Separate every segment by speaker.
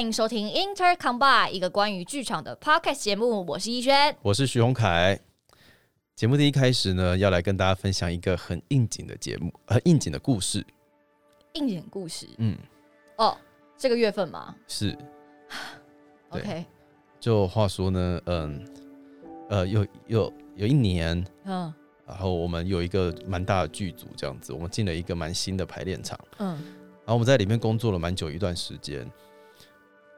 Speaker 1: 迎收听 Inter Combine 一个关于剧场的 podcast 节目，我是逸轩。
Speaker 2: 我是徐宏凯。节目的一开始呢，要来跟大家分享一个很应景的节目，很应景的故事。
Speaker 1: 应景故事
Speaker 2: 嗯，
Speaker 1: 哦，这个月份吗
Speaker 2: 是。对
Speaker 1: ？OK，
Speaker 2: 就话说呢，嗯，呃，有有有一年，
Speaker 1: 嗯
Speaker 2: 然后我们有一个蛮大的剧组，这样子，我们进了一个蛮新的排练场，
Speaker 1: 嗯
Speaker 2: 然后我们在里面工作了蛮久一段时间。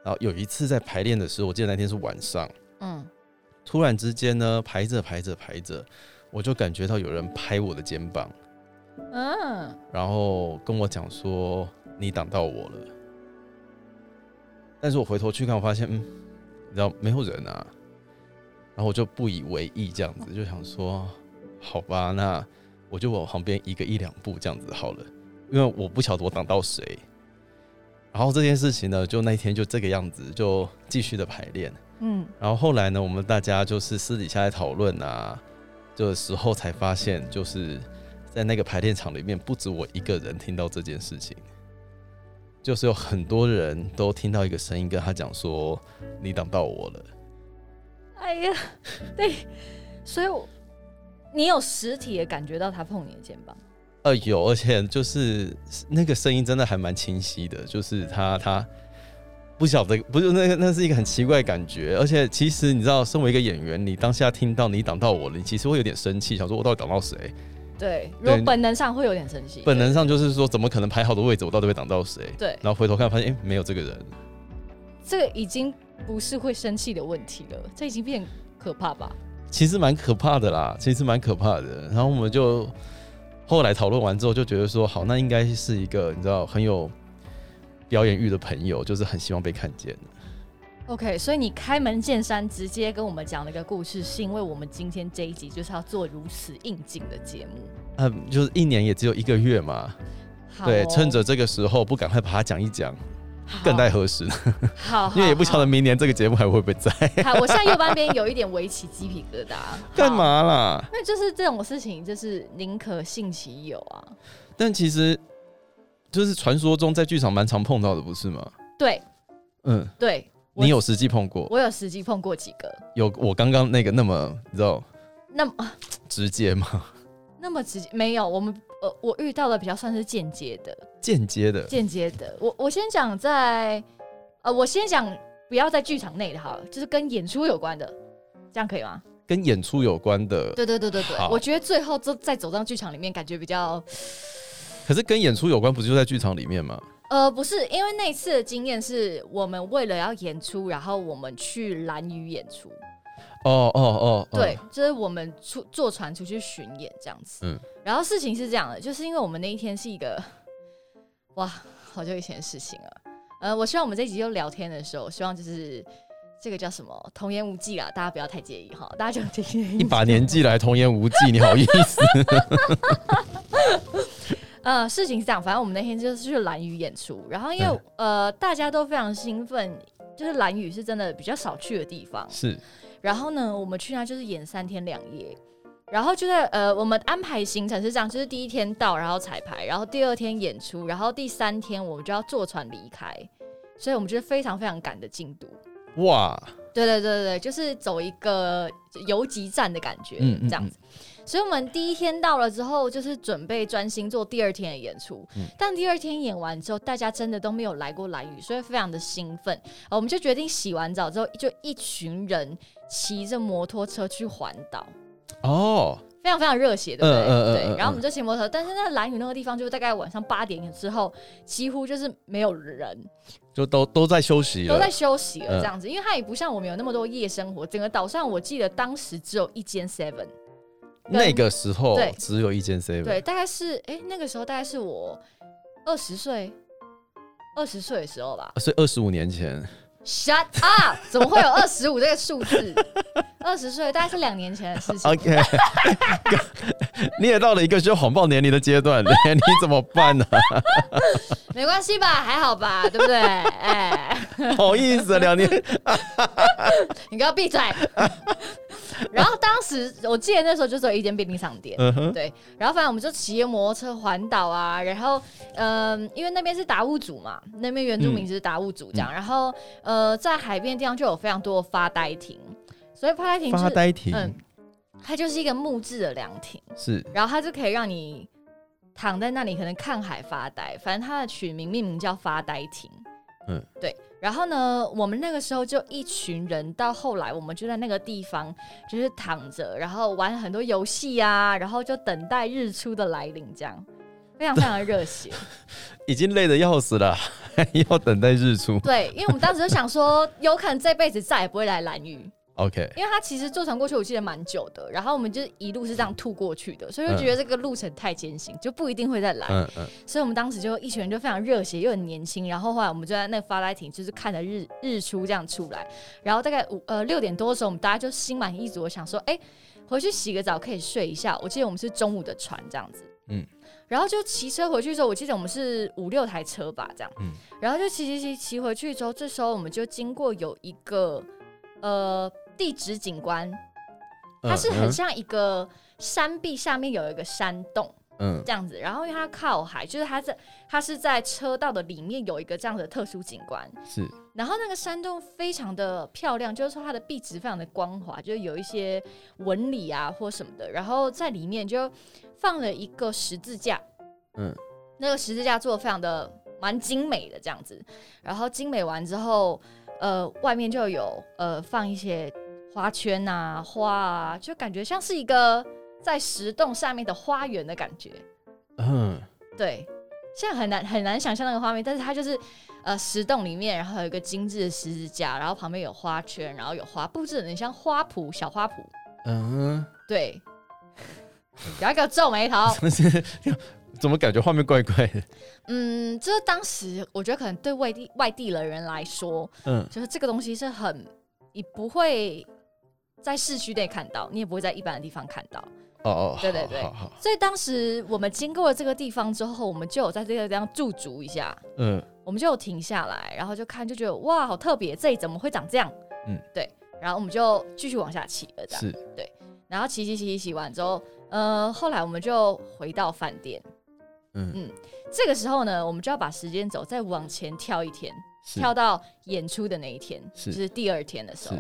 Speaker 2: 然后有一次在排练的时候，我记得那天是晚上，
Speaker 1: 嗯，
Speaker 2: 突然之间呢，排着排着排着，我就感觉到有人拍我的肩膀，
Speaker 1: 嗯，
Speaker 2: 然后跟我讲说你挡到我了。但是我回头去看，我发现，嗯，你知道没有人啊，然后我就不以为意，这样子就想说，好吧，那我就往旁边移个一两步这样子好了，因为我不晓得我挡到谁。然后这件事情呢，就那一天就这个样子，就继续的排练。
Speaker 1: 嗯，
Speaker 2: 然后后来呢，我们大家就是私底下在讨论啊，这时候才发现，就是在那个排练场里面，不止我一个人听到这件事情，就是有很多人都听到一个声音跟他讲说：“你挡到我了。
Speaker 1: 哎呀， 对，所以我你有实体的感觉到他碰你的肩膀，”
Speaker 2: 呃，有，而且就是那个声音真的还蛮清晰的，就是他他不晓得，不是那个那是一个很奇怪的感觉，而且其实你知道，身为一个演员，你当下听到你挡到我了，你其实会有点生气，想说我到底挡到谁？
Speaker 1: 对，如果
Speaker 2: 对
Speaker 1: 本能上会有点生气，
Speaker 2: 本能上就是说，怎么可能排好的位置，我到底会挡到谁？
Speaker 1: 对，
Speaker 2: 然后回头看，发现哎、诶没有这个人。
Speaker 1: 这个已经不是会生气的问题了，这已经变可怕吧？
Speaker 2: 其实蛮可怕的啦，其实蛮可怕的。然后我们就后来讨论完之后，就觉得说，好，那应该是一个你知道很有表演欲的朋友，就是很希望被看见。
Speaker 1: OK，所以你开门见山直接跟我们讲了一个故事，是因为我们今天这一集就是要做如此应景的节目。
Speaker 2: 嗯，就是一年也只有一个月嘛，
Speaker 1: 好哦
Speaker 2: 对，趁着这个时候不赶快把它讲一讲，
Speaker 1: 好
Speaker 2: 更待何时呢？
Speaker 1: 好，好
Speaker 2: 因为也不晓得
Speaker 1: 好
Speaker 2: 明年这个节目还会不会在，，
Speaker 1: 好，我现在右半边有一点围起鸡皮疙瘩
Speaker 2: 干？嘛啦？
Speaker 1: 因为就是这种事情，就是宁可信其有啊。
Speaker 2: 但其实就是传说中在剧场蛮常碰到的，不是吗？
Speaker 1: 对
Speaker 2: 嗯，
Speaker 1: 对，我
Speaker 2: 你有实际碰过？
Speaker 1: 我有实际碰过几个，
Speaker 2: 有我刚刚那个那么你知道
Speaker 1: 那么啊
Speaker 2: 直接吗？
Speaker 1: 那么直接没有，我们呃，我遇到的比较算是间接的，
Speaker 2: 间接的，
Speaker 1: 间接的。我我先讲在，呃，我先讲不要在剧场内的，好了，就是跟演出有关的，这样可以吗？
Speaker 2: 跟演出有关的，
Speaker 1: 对对对对对，
Speaker 2: 好
Speaker 1: 我觉得最后再再走到剧场里面，感觉比较，
Speaker 2: 可是跟演出有关不是就在剧场里面吗？
Speaker 1: 呃，不是，因为那一次的经验是我们为了要演出，然后我们去蓝屿演出，
Speaker 2: 哦哦哦，哦
Speaker 1: 对，，就是我们出坐船出去巡演这样子。
Speaker 2: 嗯
Speaker 1: 然后事情是这样的，就是因为我们那一天是一个， 哇，好久以前的事情了。呃，我希望我们这一集又聊天的时候，我希望就是这个叫什么童言无忌啦，大家不要太介意哈，大家就听
Speaker 2: 一把年纪来童言无忌，你好意思？
Speaker 1: 呃，事情是这样，反正我们那天就是去蓝屿演出，然后因为、
Speaker 2: 嗯
Speaker 1: 呃大家都非常兴奋，就是蓝屿是真的比较少去的地方，
Speaker 2: 是
Speaker 1: 然后呢，我们去那就是演三天两夜，然后就在呃，我们安排行程是这样，就是第一天到，然后彩排，然后第二天演出，然后第三天我们就要坐船离开，所以我们就是非常非常赶的进度。
Speaker 2: 哇，
Speaker 1: 对对对对，就是走一个游击战的感觉，
Speaker 2: 嗯嗯
Speaker 1: 这样子。所以我们第一天到了之后，就是准备专心做第二天的演出。
Speaker 2: 嗯
Speaker 1: 但第二天演完之后，大家真的都没有来过蓝屿，所以非常的兴奋。呃我们就决定洗完澡之后，就一群人骑着摩托车去环岛。
Speaker 2: 哦，
Speaker 1: 非常非常热血，对不对？
Speaker 2: 嗯嗯嗯嗯
Speaker 1: 对，
Speaker 2: 嗯
Speaker 1: 然后我们就骑摩托车，但是在蓝屿那个地方，就大概晚上八点之后，几乎就是没有人，
Speaker 2: 就都都在休息
Speaker 1: 都
Speaker 2: 了
Speaker 1: 在，休息了
Speaker 2: 嗯
Speaker 1: 这样子，因为它也不像我们有那么多夜生活。整个岛上，我记得当时只有一间 Seven，
Speaker 2: 那个时候
Speaker 1: 嗯对
Speaker 2: 只有一间 seven，
Speaker 1: 对，大概是哎、那个时候大概是我二十岁，二十岁的时候吧。
Speaker 2: 啊所以二十五年前
Speaker 1: Shut up！怎 么会有二十五这个数 字？二十岁大概是两年前的事情。
Speaker 2: ，OK，你也到了一个需要谎报年龄的阶段了， 你怎么办呢、
Speaker 1: 没关系吧，还好吧，对 不对？哎、
Speaker 2: 好意思、啊，两年
Speaker 1: 你给我闭嘴！ 然后当时我记得那时候就只有一间便利商店，
Speaker 2: 嗯哼，
Speaker 1: 对，然后反正我们就骑着摩托车环岛啊，然后嗯、因为那边是达悟族嘛，那边原住民就是达悟族
Speaker 2: 嗯
Speaker 1: 这样，然后呃，在海边地方就有非常多的发呆亭，所以发呆亭就
Speaker 2: 发
Speaker 1: 是
Speaker 2: 呆亭、
Speaker 1: 嗯它就是一个木质的凉亭，
Speaker 2: 是
Speaker 1: 然后它就可以让你躺在那里，可能看海发呆，反正它的取名命名叫发呆亭，
Speaker 2: 嗯
Speaker 1: 嗯，对。然后呢，我们那个时候就一群人，到后来我们就在那个地方就是躺着，然后玩很多游戏啊，然后就等待日出的来临，这样非常非常的热血。
Speaker 2: 已经累得要死了， 还要等待日出。
Speaker 1: 对，因为我们当时就想说，有可能这辈子再也不会来蓝屿，
Speaker 2: OK，
Speaker 1: 因为它其实坐船过去我记得蛮久的，然后我们就是一路是这样吐过去的，所以就觉得这个路程太艰辛，就不一定会再来。
Speaker 2: 嗯嗯，
Speaker 1: 所以我们当时就一群人就非常热血，又很年轻。然后后来我们就在那个发呆亭，就是看着日日出这样出来。然后大概五呃六点多的时候，我们大家就心满意足的想说，哎、回去洗个澡可以睡一下。我记得我们是中午的船这样子，
Speaker 2: 嗯
Speaker 1: 嗯。然后就骑车回去的时候，我记得我们是五六台车吧，这样，
Speaker 2: 嗯
Speaker 1: 然后就骑骑骑骑回去之后，这时候我们就经过有一个呃地质景观，嗯
Speaker 2: 嗯
Speaker 1: 它是很像一个山壁下面有一个山洞，
Speaker 2: 嗯
Speaker 1: 这样子，然后因为它靠海，就是它在它是在车道的里面有一个这样的特殊景观，
Speaker 2: 嗯是
Speaker 1: 然后那个山洞非常的漂亮，就是说它的壁纸非常的光滑，就是有一些纹理啊或什么的，然后在里面就放了一个十字架，
Speaker 2: 嗯
Speaker 1: 那个十字架做的非常的蛮精美的这样子，然后精美完之后，呃，外面就有呃放一些花圈啊、花啊，就感觉像是一个在石洞下面的花园的感觉。
Speaker 2: 嗯
Speaker 1: 对，现在很难很难想象那个画面，但是它就是呃石洞里面，然后有一个精致的十字架，然后旁边有花圈，然后有花布置的很像花圃小花圃，哦
Speaker 2: 嗯，
Speaker 1: 对。不要给我皱眉头。
Speaker 2: 怎么感觉画面怪怪的？
Speaker 1: 嗯，这当时我觉得可能对外地外地的人来说，
Speaker 2: 嗯
Speaker 1: 就是这个东西是很你不会在市区内看到，你也不会在一般的地方看到。
Speaker 2: 哦哦，
Speaker 1: 对对对
Speaker 2: 好好好，
Speaker 1: 所以当时我们经过了这个地方之后，我们就有在这个地方驻足一下，
Speaker 2: 嗯
Speaker 1: 我们就有停下来，然后就看，就觉得哇，好特别，这里怎么会长这样？
Speaker 2: 嗯
Speaker 1: 嗯，对。然后我们就继续往下骑了，这样。
Speaker 2: 是
Speaker 1: 然后骑骑骑骑骑完之后，呃，后来我们就回到饭店。
Speaker 2: 嗯
Speaker 1: 嗯这个时候呢，我们就要把时间轴再往前跳一天，
Speaker 2: 是
Speaker 1: 跳到演出的那一天，
Speaker 2: 是
Speaker 1: 就是第二天的时
Speaker 2: 是
Speaker 1: 候。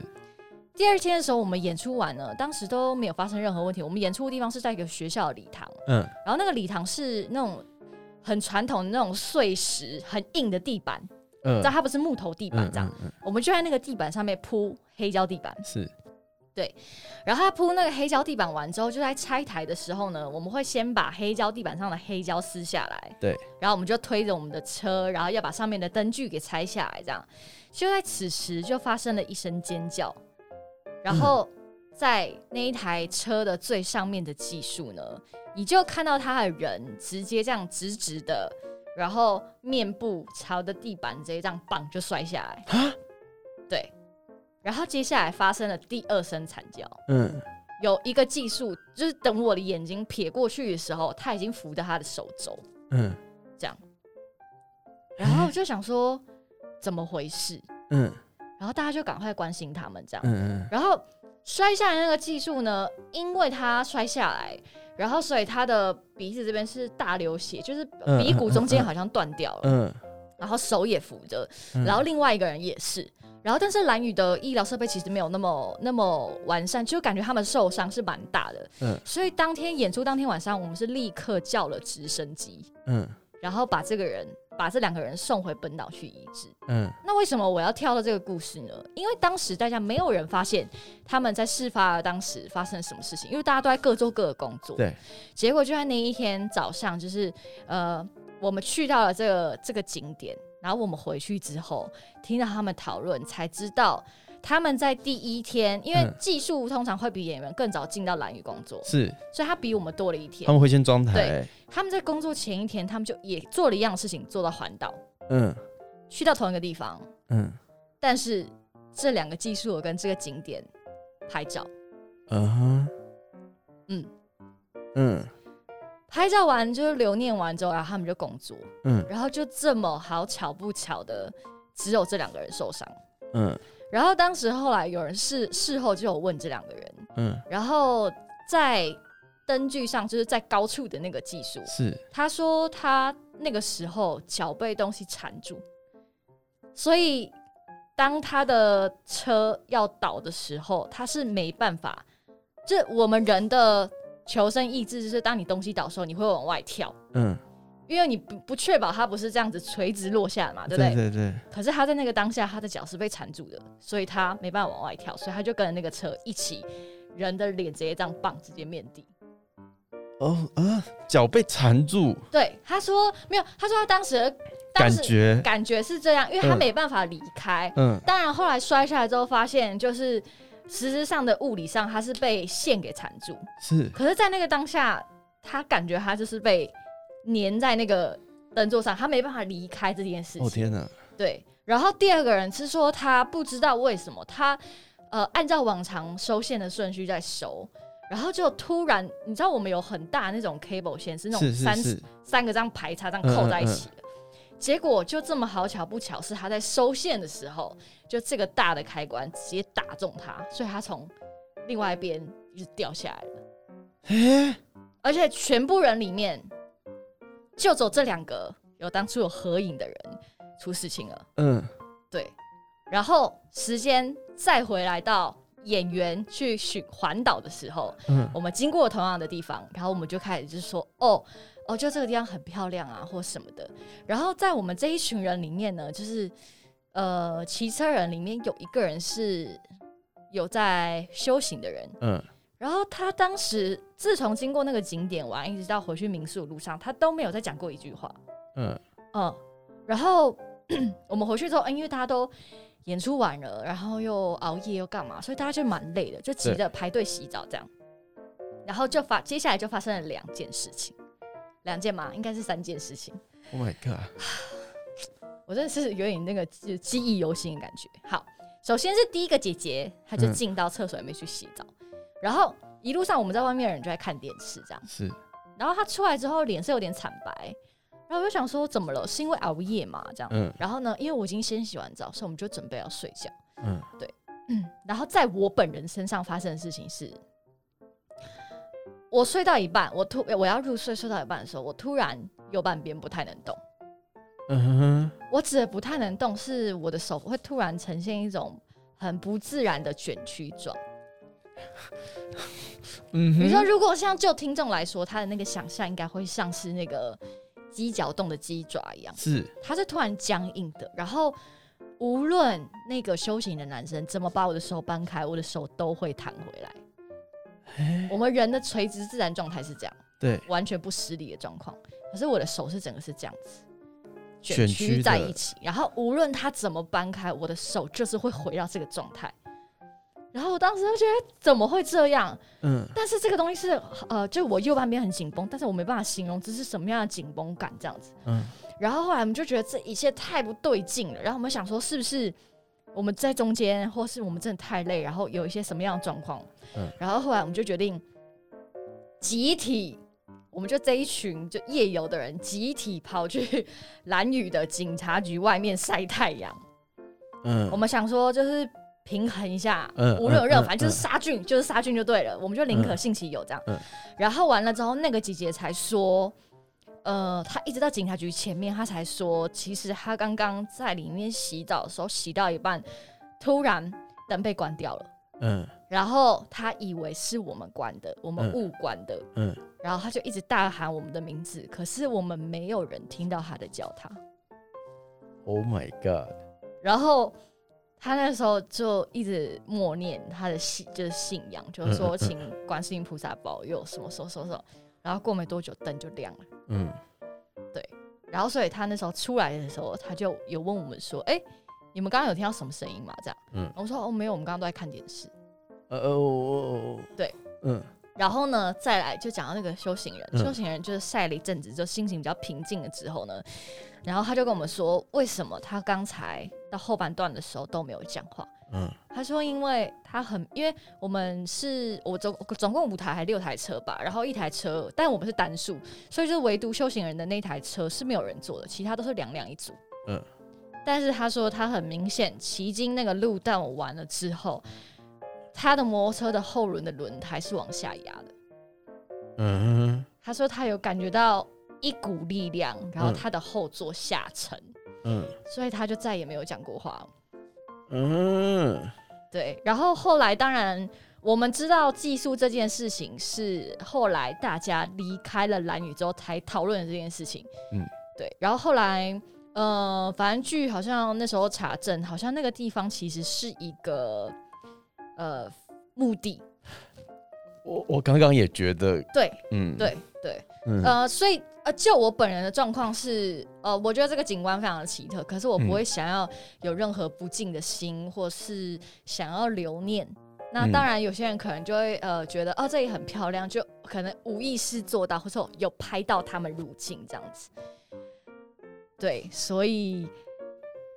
Speaker 1: 第二天的时候，我们演出完了，当时都没有发生任何问题。我们演出的地方是在一个学校的礼堂，
Speaker 2: 嗯
Speaker 1: 然后那个礼堂是那种很传统的那种碎石、很硬的地板，
Speaker 2: 嗯
Speaker 1: 知道它不是木头地板
Speaker 2: 嗯
Speaker 1: 这样，
Speaker 2: 嗯嗯
Speaker 1: 我们就在那个地板上面铺黑胶地板，
Speaker 2: 是
Speaker 1: 然后它铺那个黑胶地板完之后，就在拆台的时候呢，我们会先把黑胶地板上的黑胶撕下来，
Speaker 2: 对，
Speaker 1: 然后我们就推着我们的车，然后要把上面的灯具给拆下来，这样。就在此时，就发生了一声尖叫，然后在那一台车的最上面的技术呢，你就看到他的人直接这样直直的，然后面部朝着地板直接这样绑就摔下来，对，然后接下来发生了第二声惨叫。
Speaker 2: 嗯
Speaker 1: 有一个技术，就是等我的眼睛瞥过去的时候，他已经扶着他的手肘，
Speaker 2: 嗯
Speaker 1: 然后我就想说怎么回事，
Speaker 2: 嗯
Speaker 1: 然后大家就赶快关心他们这样，
Speaker 2: 嗯
Speaker 1: 然后摔下来那个技术呢，因为他摔下来，然后所以他的鼻子这边是大流血，就是
Speaker 2: 嗯
Speaker 1: 鼻骨中间好像断掉了，
Speaker 2: 嗯
Speaker 1: 然后手也扶着，
Speaker 2: 嗯，
Speaker 1: 然后另外一个人也是。然后，但是蓝宇的医疗设备其实没有那么那么完善，就感觉他们受伤是蛮大的。
Speaker 2: 嗯
Speaker 1: 所以当天演出当天晚上，我们是立刻叫了直升机，
Speaker 2: 嗯
Speaker 1: 然后把这个人把这两个人送回本岛去医治。
Speaker 2: 嗯
Speaker 1: 那为什么我要跳到这个故事呢？因为当时大家没有人发现他们在事发的当时发生了什么事情，因为大家都在各做各的工作。
Speaker 2: 对，
Speaker 1: 结果就在那一天早上，就是呃，我们去到了这个这个景点，然后我们回去之后，听到他们讨论，才知道他们在第一天，因为
Speaker 2: 嗯
Speaker 1: 技术通常会比演员更早进到蓝屿工作，
Speaker 2: 是
Speaker 1: 所以他比我们多了一天
Speaker 2: 他。们会先装台、
Speaker 1: 对他们在工作前一天，他们就也做了一样的事情，做到环岛，
Speaker 2: 嗯
Speaker 1: 去到同一个地方，
Speaker 2: 嗯
Speaker 1: 但是这两个技术我跟这个景点拍照，
Speaker 2: 嗯
Speaker 1: 嗯
Speaker 2: 嗯
Speaker 1: 拍照完就是留念完之后，然后他们就工作，
Speaker 2: 嗯
Speaker 1: 然后就这么好巧不巧的，只有这两个人受伤。
Speaker 2: 嗯
Speaker 1: 然后当时后来有人事事后就有问这两个人，
Speaker 2: 嗯，
Speaker 1: 然后在灯具上就是在高处的那个技术，
Speaker 2: 是
Speaker 1: 他说他那个时候脚被东西缠住，所以当他的车要倒的时候，他是没办法。这我们人的求生意志就是，当你东西倒的时候，你会往外跳，
Speaker 2: 嗯，
Speaker 1: 因为你不不确保它不是这样子垂直落下嘛，啊对不
Speaker 2: 对对对，
Speaker 1: 可是他在那个当下，他的脚是被缠住的，所以他没办法往外跳，所以他就跟着那个车一起，人的脸直接这样棒直接面地。
Speaker 2: 哦啊，脚被缠住，
Speaker 1: 对，他说没有，他说他当时当
Speaker 2: 感
Speaker 1: 时
Speaker 2: 觉，
Speaker 1: 感觉是这样，因为他
Speaker 2: 嗯
Speaker 1: 没办法离开。
Speaker 2: 嗯，
Speaker 1: 当然后来摔下来之后，发现就是实质上的物理上他是被线给缠住，
Speaker 2: 是
Speaker 1: 可是，在那个当下，他感觉他就是被粘在那个灯座上，他没办法离开这件事情。
Speaker 2: 哦天哪，
Speaker 1: 对，然后第二个人是说他不知道为什么他呃按照往常收线的顺序在收，然后就突然你知道我们有很大那种 cable 线是那种
Speaker 2: 是
Speaker 1: 三
Speaker 2: 是是，嗯
Speaker 1: 三个这样排插这样扣在一起的。结果就这么好巧不巧，是他在收线的时候，就这个大的开关直接打中他，所以他从另外一边一直掉下来了。
Speaker 2: 哎，
Speaker 1: 而且全部人里面，就走这两个有当初有合影的人出事情了。
Speaker 2: 嗯，
Speaker 1: 对，然后时间再回来到演员去巡环岛的时候，
Speaker 2: 嗯
Speaker 1: 我们经过同样的地方，然后我们就开始就是说，哦哦，就这个地方很漂亮啊，或什么的。然后在我们这一群人里面呢，就是呃，骑车人里面有一个人是有在修行的人，
Speaker 2: 嗯，
Speaker 1: 然后他当时自从经过那个景点玩，一直到回去民宿的路上，他都没有再讲过一句话。
Speaker 2: 嗯，
Speaker 1: 嗯，然后 我们回去之后，嗯因为大家都演出完了，然后又熬夜又干嘛，所以大家就蛮累的，就急着排队洗澡这样。然后就发，接下来就发生了两件事情，两件嘛，应该是三件事情。
Speaker 2: Oh my god！
Speaker 1: 我真的是有点那个记记忆犹新的感觉。好，首先是第一个姐姐，她就
Speaker 2: 嗯
Speaker 1: 进到厕所里面去洗澡，然后一路上我们在外面的人就在看电视这样。
Speaker 2: 是，
Speaker 1: 然后她出来之后脸色有点惨白，然后我就想说怎么了？是因为熬夜嘛？这样。
Speaker 2: 嗯
Speaker 1: 然后呢，因为我已经先洗完澡，所以我们就准备要睡觉。
Speaker 2: 嗯，
Speaker 1: 然后在我本人身上发生的事情是，我睡到一半，我突我要入睡睡到一半的时候，我突然右半边不太能动。
Speaker 2: 嗯哼，
Speaker 1: 我指的不太能动，是我的手会突然呈现一种很不自然的卷曲状。
Speaker 2: 嗯
Speaker 1: 比如
Speaker 2: 哼，
Speaker 1: 说，如果像就听众来说，他的那个想象应该会像是那个鸡脚冻的鸡爪一样，
Speaker 2: 是，
Speaker 1: 它是突然僵硬的。然后，无论那个修行的男生怎么把我的手搬开，我的手都会弹回来。
Speaker 2: 哎，
Speaker 1: 我们人的垂直自然状态是这样，
Speaker 2: 对，
Speaker 1: 完全不失礼的状况。可是我的手是整个是这样子
Speaker 2: 卷
Speaker 1: 卷
Speaker 2: 曲
Speaker 1: 曲在
Speaker 2: 的
Speaker 1: 一起，然后无论它怎么搬开，我的手就是会回到这个状态。然后我当时就觉得怎么会这样？
Speaker 2: 嗯
Speaker 1: 但是这个东西是呃，就我右半边很紧绷，但是我没办法形容这是什么样的紧绷感这样子。
Speaker 2: 嗯，
Speaker 1: 然后后来我们就觉得这一切太不对劲了，然后我们想说是不是我们在中间，或是我们真的太累，然后有一些什么样的状况？
Speaker 2: 嗯
Speaker 1: 然后后来我们就决定集体，我们就这一群就夜游的人集体跑去 蓝屿的警察局外面晒太阳。
Speaker 2: 嗯，
Speaker 1: 我们想说就是平衡一下，
Speaker 2: 嗯
Speaker 1: 无论有任
Speaker 2: 嗯
Speaker 1: 何，反正就是杀菌，就是杀菌就对了，我们就宁可信其有这样。
Speaker 2: 嗯
Speaker 1: 然后完了之后，那个姐姐才说，呃，她一直到警察局前面，她才说，其实她刚刚在里面洗澡的时候，洗到一半，突然灯被关掉了。
Speaker 2: 嗯
Speaker 1: 然后她以为是我们关的，我们
Speaker 2: 嗯
Speaker 1: 误关的，
Speaker 2: 嗯，
Speaker 1: 然后她就一直大喊我们的名字，可是我们没有人听到她的叫她。
Speaker 2: Oh my god！
Speaker 1: 然后他那时候就一直默念他的信，就是信仰，就是
Speaker 2: 嗯嗯
Speaker 1: 说
Speaker 2: 嗯
Speaker 1: 请观世音菩萨保佑什么什么什么什么。然后过没多久灯就亮了，
Speaker 2: 嗯，
Speaker 1: 然后所以他那时候出来的时候，他就有问我们说：“哎、你们刚刚有听到什么声音吗？”这样，
Speaker 2: 嗯
Speaker 1: 嗯，我说：“哦，没有，我们刚刚都在看电视。
Speaker 2: 呃呃，我，
Speaker 1: 对，
Speaker 2: 嗯”
Speaker 1: 然后呢，再来就讲到那个修行人，
Speaker 2: 嗯
Speaker 1: 修行人就是晒了一阵子，就心情比较平静了之后呢，然后他就跟我们说，为什么他刚才到后半段的时候都没有讲话。
Speaker 2: 嗯
Speaker 1: 他说，因为他很，因为我们是我总总共五台还六台车吧，然后一台车，但我们是单数，所以就是唯独修行人的那台车是没有人坐的，其他都是两两一组。
Speaker 2: 嗯，
Speaker 1: 但是他说他很明显，骑经那个路段我完了之后，他的摩托车的后轮的轮胎是往下压的。
Speaker 2: 嗯
Speaker 1: 他说他有感觉到一股力量，然后
Speaker 2: 嗯
Speaker 1: 他的后座下沉，
Speaker 2: 嗯
Speaker 1: 所以他就再也没有讲过话了。
Speaker 2: 嗯
Speaker 1: 对，然后后来当然我们知道技术这件事情是后来大家离开了蓝宇之后才讨论的这件事情。
Speaker 2: 嗯
Speaker 1: 嗯，对。然后后来呃，反正据好像那时候查证，好像那个地方其实是一个呃墓地。
Speaker 2: 我我刚刚也觉得，
Speaker 1: 对
Speaker 2: 嗯，
Speaker 1: 对对，
Speaker 2: 嗯，
Speaker 1: 呃，所以呃，就我本人的状况是，呃，我觉得这个景观非常的奇特，可是我
Speaker 2: 嗯
Speaker 1: 不会想要有任何不敬的心，或是想要留念。那
Speaker 2: 嗯
Speaker 1: 当然，有些人可能就会呃觉得哦这里很漂亮，就可能无意识做到，或者有拍到他们入境这样子。对，所以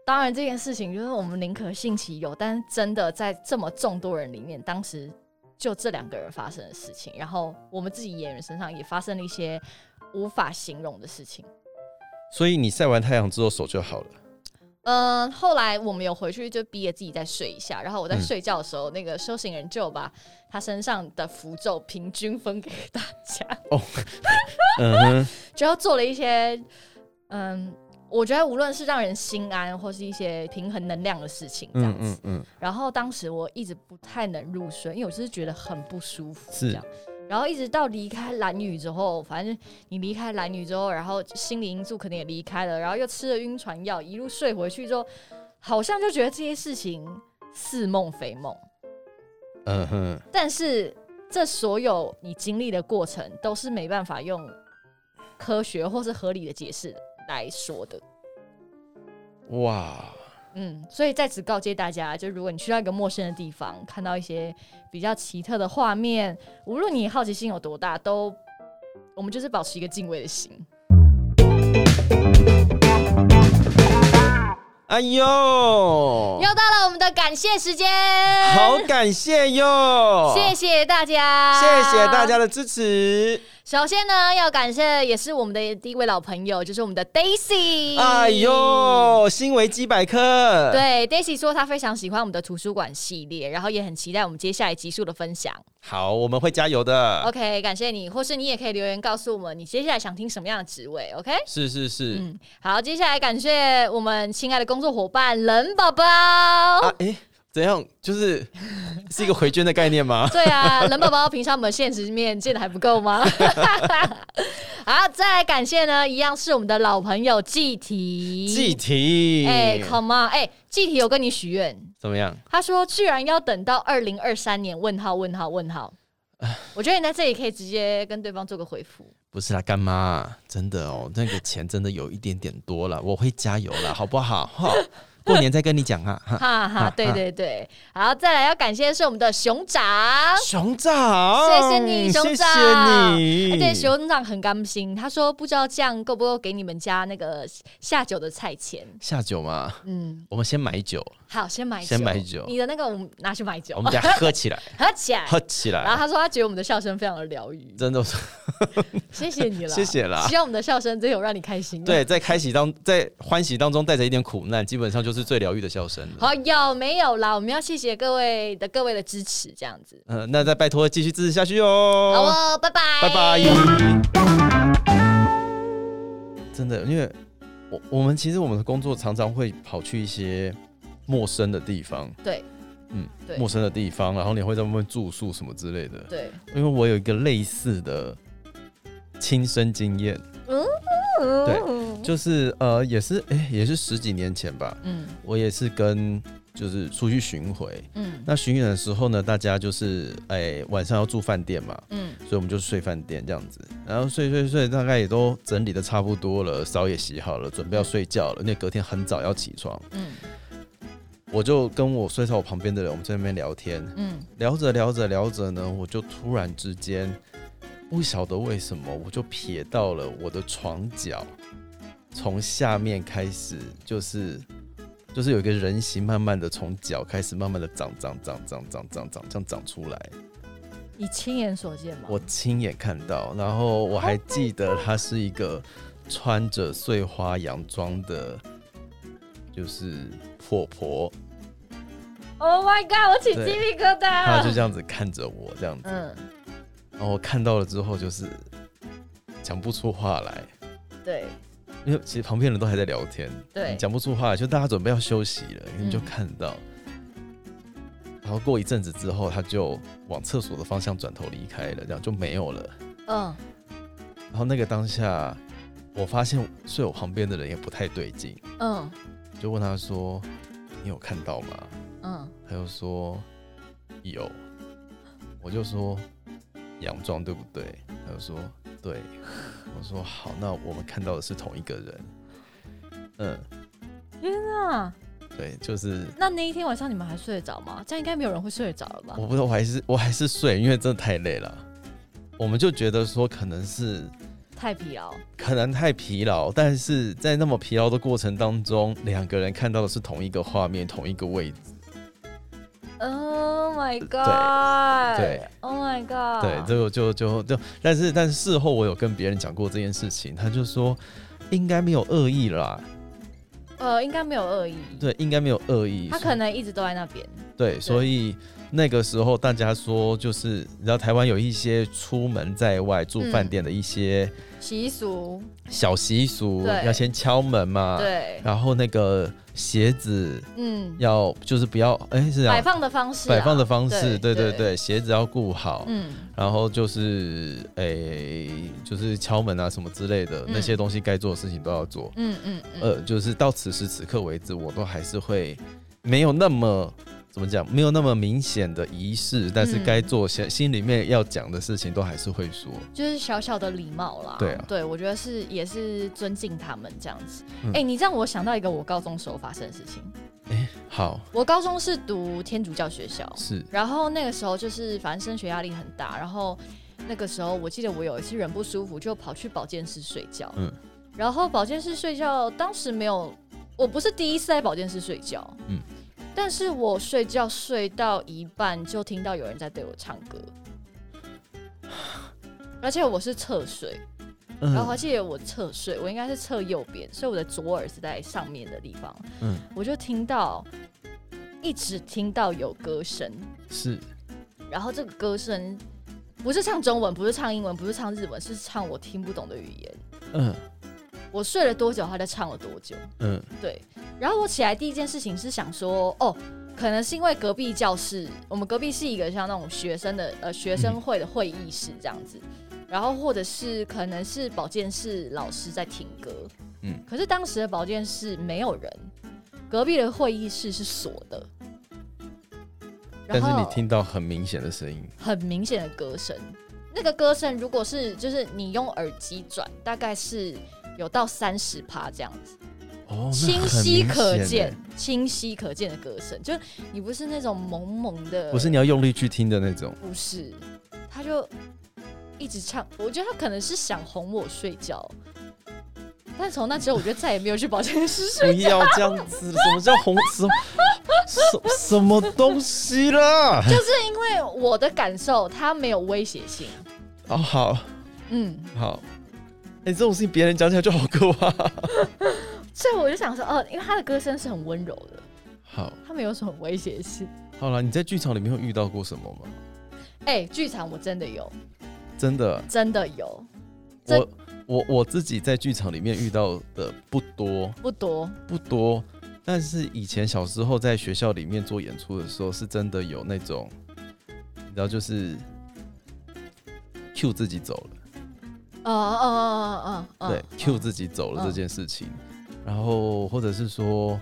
Speaker 1: 当然这件事情就是我们宁可信其有，但是真的在这么众多人里面，当时就这两个人发生的事情，然后我们自己演员身上也发生了一些无法形容的事情。
Speaker 2: 所以你晒完太阳之后手就好了。
Speaker 1: 嗯，后来我们有回去就逼着自己再睡一下，然后我在
Speaker 2: 嗯
Speaker 1: 睡觉的时候，那个修行人就把他身上的符咒平均分给大家，
Speaker 2: 嗯哼，
Speaker 1: 就要做了一些，嗯，我觉得无论是让人心安或是一些平衡能量的事情这样
Speaker 2: 嗯
Speaker 1: 子。
Speaker 2: 嗯嗯，
Speaker 1: 然后当时我一直不太能入睡，因为我就是觉得很不舒服
Speaker 2: 是
Speaker 1: 这样。然后一直到离开蓝屿之后，反正你离开蓝屿之后，然后心理因素肯定也离开了，然后又吃了晕船药，一路睡回去之后，好像就觉得这些事情似梦非梦。
Speaker 2: 嗯哼，
Speaker 1: 但是这所有你经历的过程都是没办法用科学或是合理的解释来说的。
Speaker 2: 哇，
Speaker 1: 嗯，所以在此告诫大家，就如果你去到一个陌生的地方，看到一些比较奇特的画面，无论你好奇心有多大，都我们就是保持一个敬畏的心。
Speaker 2: 哎呦，好哦
Speaker 1: 又到了我们的感谢时间，
Speaker 2: 感谢哟，
Speaker 1: 谢谢大家，
Speaker 2: 哦谢谢大。家的支持。
Speaker 1: 首先呢，要感谢也是我们的第一位老朋友，就是我们的 Daisy。
Speaker 2: 哎。呦，新维基百科，，
Speaker 1: 对，Daisy 说她非常喜欢我们的图书馆系列，然后也很期待我们接下来集数的分享。
Speaker 2: 好，我们会加油 的。
Speaker 1: OK，感谢你，或是你也可以留言告诉我们你接下来想听什么样的职位。OK，
Speaker 2: 是是是，
Speaker 1: 嗯，好，接下来感谢我们亲爱的工作伙伴冷宝宝。
Speaker 2: 啊，哎、怎样？就是 是一个回捐的概 念吗？
Speaker 1: 对啊，冷宝宝平常我们现实面见的还不够吗？好，再来感谢呢，一样是我们的老朋友季提。
Speaker 2: 计题，
Speaker 1: 哎、c o m e on，哎、季提有跟你许愿，
Speaker 2: 怎么样？
Speaker 1: 他说居然要等到二零二三年？问号问号问号。我觉得你在这里可以直接跟对方做个回复。
Speaker 2: 不是啦，干妈，真的哦，那个钱真的有一点点多了，我会加油啦，好不好？哈，过年再跟你讲啊。哈
Speaker 1: 哈哈，对对对，好，再来要感谢的是我们的熊掌，
Speaker 2: 熊掌，
Speaker 1: 谢谢你熊
Speaker 2: 谢哦谢
Speaker 1: 掌
Speaker 2: 你。
Speaker 1: 而且熊掌很甘心，他说不知道这样够不够给你们家那个下酒的菜钱。
Speaker 2: 下酒嘛，
Speaker 1: 嗯，
Speaker 2: 我们先买酒，
Speaker 1: 好，先买酒，
Speaker 2: 先买酒
Speaker 1: 你的那个我们拿去买酒
Speaker 2: 我，们等下 喝起来，
Speaker 1: 喝起来。
Speaker 2: 喝起
Speaker 1: 然后嗯
Speaker 2: 来，
Speaker 1: 他说他觉得我们的笑声非常的疗愈，
Speaker 2: 真的，
Speaker 1: 谢谢你了，
Speaker 2: 谢谢啦
Speaker 1: 希望我们的笑声真有让你开心。，
Speaker 2: 对，在开喜当在欢喜当中带着一点苦难，基本上就是最疗愈的笑声了。
Speaker 1: 好有没有啦？我们要谢谢各位的各位的支持，这样子。
Speaker 2: 嗯、那再拜托继续支持下去
Speaker 1: 好
Speaker 2: 哦，
Speaker 1: 哦，拜拜，
Speaker 2: 拜拜。真的，因为我我们其实我们的工作常常会跑去一些陌生的地方，
Speaker 1: 对，
Speaker 2: 嗯
Speaker 1: 对，
Speaker 2: 陌生的地方，然后你会在外面住宿什么之类的。
Speaker 1: 对，
Speaker 2: 因为我有一个类似的亲身经验，
Speaker 1: 对，
Speaker 2: 就是呃，也是哎、也是十几年前吧，
Speaker 1: 嗯
Speaker 2: 我也是跟就是出去巡回，
Speaker 1: 嗯
Speaker 2: 那巡演的时候呢，大家就是哎、晚上要住饭店嘛，
Speaker 1: 嗯
Speaker 2: 所以我们就睡饭店这样子，然后睡睡睡，大概也都整理的差不多了，澡也洗好了，准备要睡觉了，因为隔天很早要起床，
Speaker 1: 嗯
Speaker 2: 我就跟我睡在我旁边的人，我们在那边聊天，
Speaker 1: 嗯，
Speaker 2: 聊着聊着聊着呢，我就突然之间不晓得为什么，我就瞥到了我的床角，从下面开始就是就是有一个人形，慢慢的从脚开始慢慢的长长长长长长长这样长出来，
Speaker 1: 你亲眼所见吗？
Speaker 2: 我亲眼看到，然后我还记得她是一个穿着碎花洋装的，就是婆婆。
Speaker 1: Oh my god！我起
Speaker 2: 对
Speaker 1: 鸡皮疙
Speaker 2: 他
Speaker 1: 瘩
Speaker 2: 就
Speaker 1: 了。
Speaker 2: 这样子看着我，这样子，
Speaker 1: 嗯，
Speaker 2: 然后我看到了之后就是讲不出话来，
Speaker 1: 对
Speaker 2: 因为其实旁边人都还在聊天，
Speaker 1: 对
Speaker 2: 你讲不出话来，就大家准备要休息了，你就
Speaker 1: 嗯
Speaker 2: 看到。然后过一阵子之后，他就往厕所的方向转头离开了，这样就没有了。
Speaker 1: 嗯，
Speaker 2: 然后那个当下，我发现睡我旁边的人也不太对劲，
Speaker 1: 嗯
Speaker 2: 就问他说：“你有看到吗
Speaker 1: 嗯，？”
Speaker 2: 他就说：“有。”我就说：“佯装对不对？”他就说：“对。”我说：“好，那我们看到的是同一个人。”嗯，
Speaker 1: 天啊！
Speaker 2: 对，就是
Speaker 1: 那那一天晚上你们还睡得着吗？这样应该没有人会睡得着了吧？
Speaker 2: 我不知道，我还是我还是睡，因为真的太累了。我们就觉得说可能是
Speaker 1: 太疲劳。
Speaker 2: 可能太疲劳，但是在那么疲劳的过程当中，两个人看到的是同一个画面、同一个位置，
Speaker 1: Oh my god！
Speaker 2: 对
Speaker 1: ，Oh my god！
Speaker 2: 对，就就就就，但是但是事后我有跟别人讲过这件事情，他就说应该没有恶意啦，
Speaker 1: 呃，应该没有恶意。，
Speaker 2: 对，应该没有恶意，
Speaker 1: 他
Speaker 2: 所以
Speaker 1: 可能一直都在那边。
Speaker 2: 对，所以那个时候大家说就是，你知道台湾有一些出门在外住
Speaker 1: 嗯
Speaker 2: 饭店的一些
Speaker 1: 习俗，
Speaker 2: 小习俗，
Speaker 1: 对
Speaker 2: 要先敲门嘛，，
Speaker 1: 对，
Speaker 2: 然后那个鞋子
Speaker 1: 嗯，
Speaker 2: 要就是不要，哎、是这样
Speaker 1: 摆放的方式啊，
Speaker 2: 摆放的方式，对
Speaker 1: 对
Speaker 2: 对对，，鞋子要顾好，
Speaker 1: 嗯，
Speaker 2: 然后就是诶、就是敲门啊什么之类的，
Speaker 1: 嗯
Speaker 2: 那些东西该做的事情都要做。
Speaker 1: 嗯嗯嗯，
Speaker 2: 呃，就是到此时此刻为止，我都还是会没有那么怎么讲，没有那么明显的仪式，但是
Speaker 1: 嗯
Speaker 2: 该做心心里面要讲的事情都还是会说。
Speaker 1: 就是小小的礼貌啦。
Speaker 2: 对啊
Speaker 1: 我觉得是也是尊敬他们这样子。哎、
Speaker 2: 嗯
Speaker 1: 你这样我想到一个我高中时候发生的事情。
Speaker 2: 好，
Speaker 1: 我高中是读天主教学校，
Speaker 2: 是
Speaker 1: 然后那个时候就是反正升学压力很大，然后那个时候我记得我有一次人不舒服，就跑去保健室睡觉。
Speaker 2: 嗯
Speaker 1: 然后保健室睡觉，当时没有，我不是第一次在保健室睡觉。
Speaker 2: 嗯
Speaker 1: 但是我睡觉睡到一半，就听到有人在对我唱 歌，而且我是侧睡，
Speaker 2: 嗯
Speaker 1: 然后我还记得我侧睡，我应该是侧右边，所以我的左耳是在上面的地方，
Speaker 2: 嗯
Speaker 1: 我就听到一直听到有歌声，
Speaker 2: 是
Speaker 1: 然后这个歌声不是唱中文，不是唱英文，不是唱日文，是唱我听不懂的语言。
Speaker 2: 嗯
Speaker 1: 我睡了多久，他在唱了多久。
Speaker 2: 嗯
Speaker 1: 对，然后我起来第一件事情是想说，哦，可能是因为隔壁教室，我们隔壁是一个像那种学生的呃学生会的会议室这样子，然后或者是可能是保健室老师在听歌，
Speaker 2: 嗯
Speaker 1: 嗯，可是当时的保健室没有人，隔壁的会议室是锁的，然
Speaker 2: 但是
Speaker 1: 后
Speaker 2: 你听到很明显的声音，
Speaker 1: 很明显的歌声，那个歌声如果是就是你用耳机转，大概是有到三十趴这样子。
Speaker 2: 哦，那
Speaker 1: 清
Speaker 2: 很
Speaker 1: 晰
Speaker 2: 明
Speaker 1: 可
Speaker 2: 显
Speaker 1: 见
Speaker 2: 欸，、
Speaker 1: 清晰可见的歌声，就是你不是那种萌萌的，
Speaker 2: 不是你要用力去听的那种。
Speaker 1: 不是，他就一直唱，我觉得他可能是想哄我睡觉，但从那之后，我就再也没有去保健 室睡。
Speaker 2: 不要这样子，什么叫红什么什什么东西啦？
Speaker 1: 就是因为我的感受，他没有威胁性，
Speaker 2: 哦，好
Speaker 1: 嗯，
Speaker 2: 好，哎、这种事情别人讲起来就好可怕。
Speaker 1: 所以我就想说，哦，因为他的歌声是很温柔的，
Speaker 2: 好，
Speaker 1: 他没有什么威胁性。
Speaker 2: 好了，你在剧场里面有遇到过什么吗？
Speaker 1: 哎、剧场我真的有，
Speaker 2: 真的，
Speaker 1: 真的有，这
Speaker 2: 我我我自己在剧场里面遇到的不多
Speaker 1: 不多，
Speaker 2: 不多，但是以前小时候在学校里面做演出的时候，是真的有那种，你知道，就是 Q 自己走了。
Speaker 1: 哦哦哦哦哦，
Speaker 2: 对，Q 自己走
Speaker 1: 嗯
Speaker 2: 了这件事情，然后或者是说，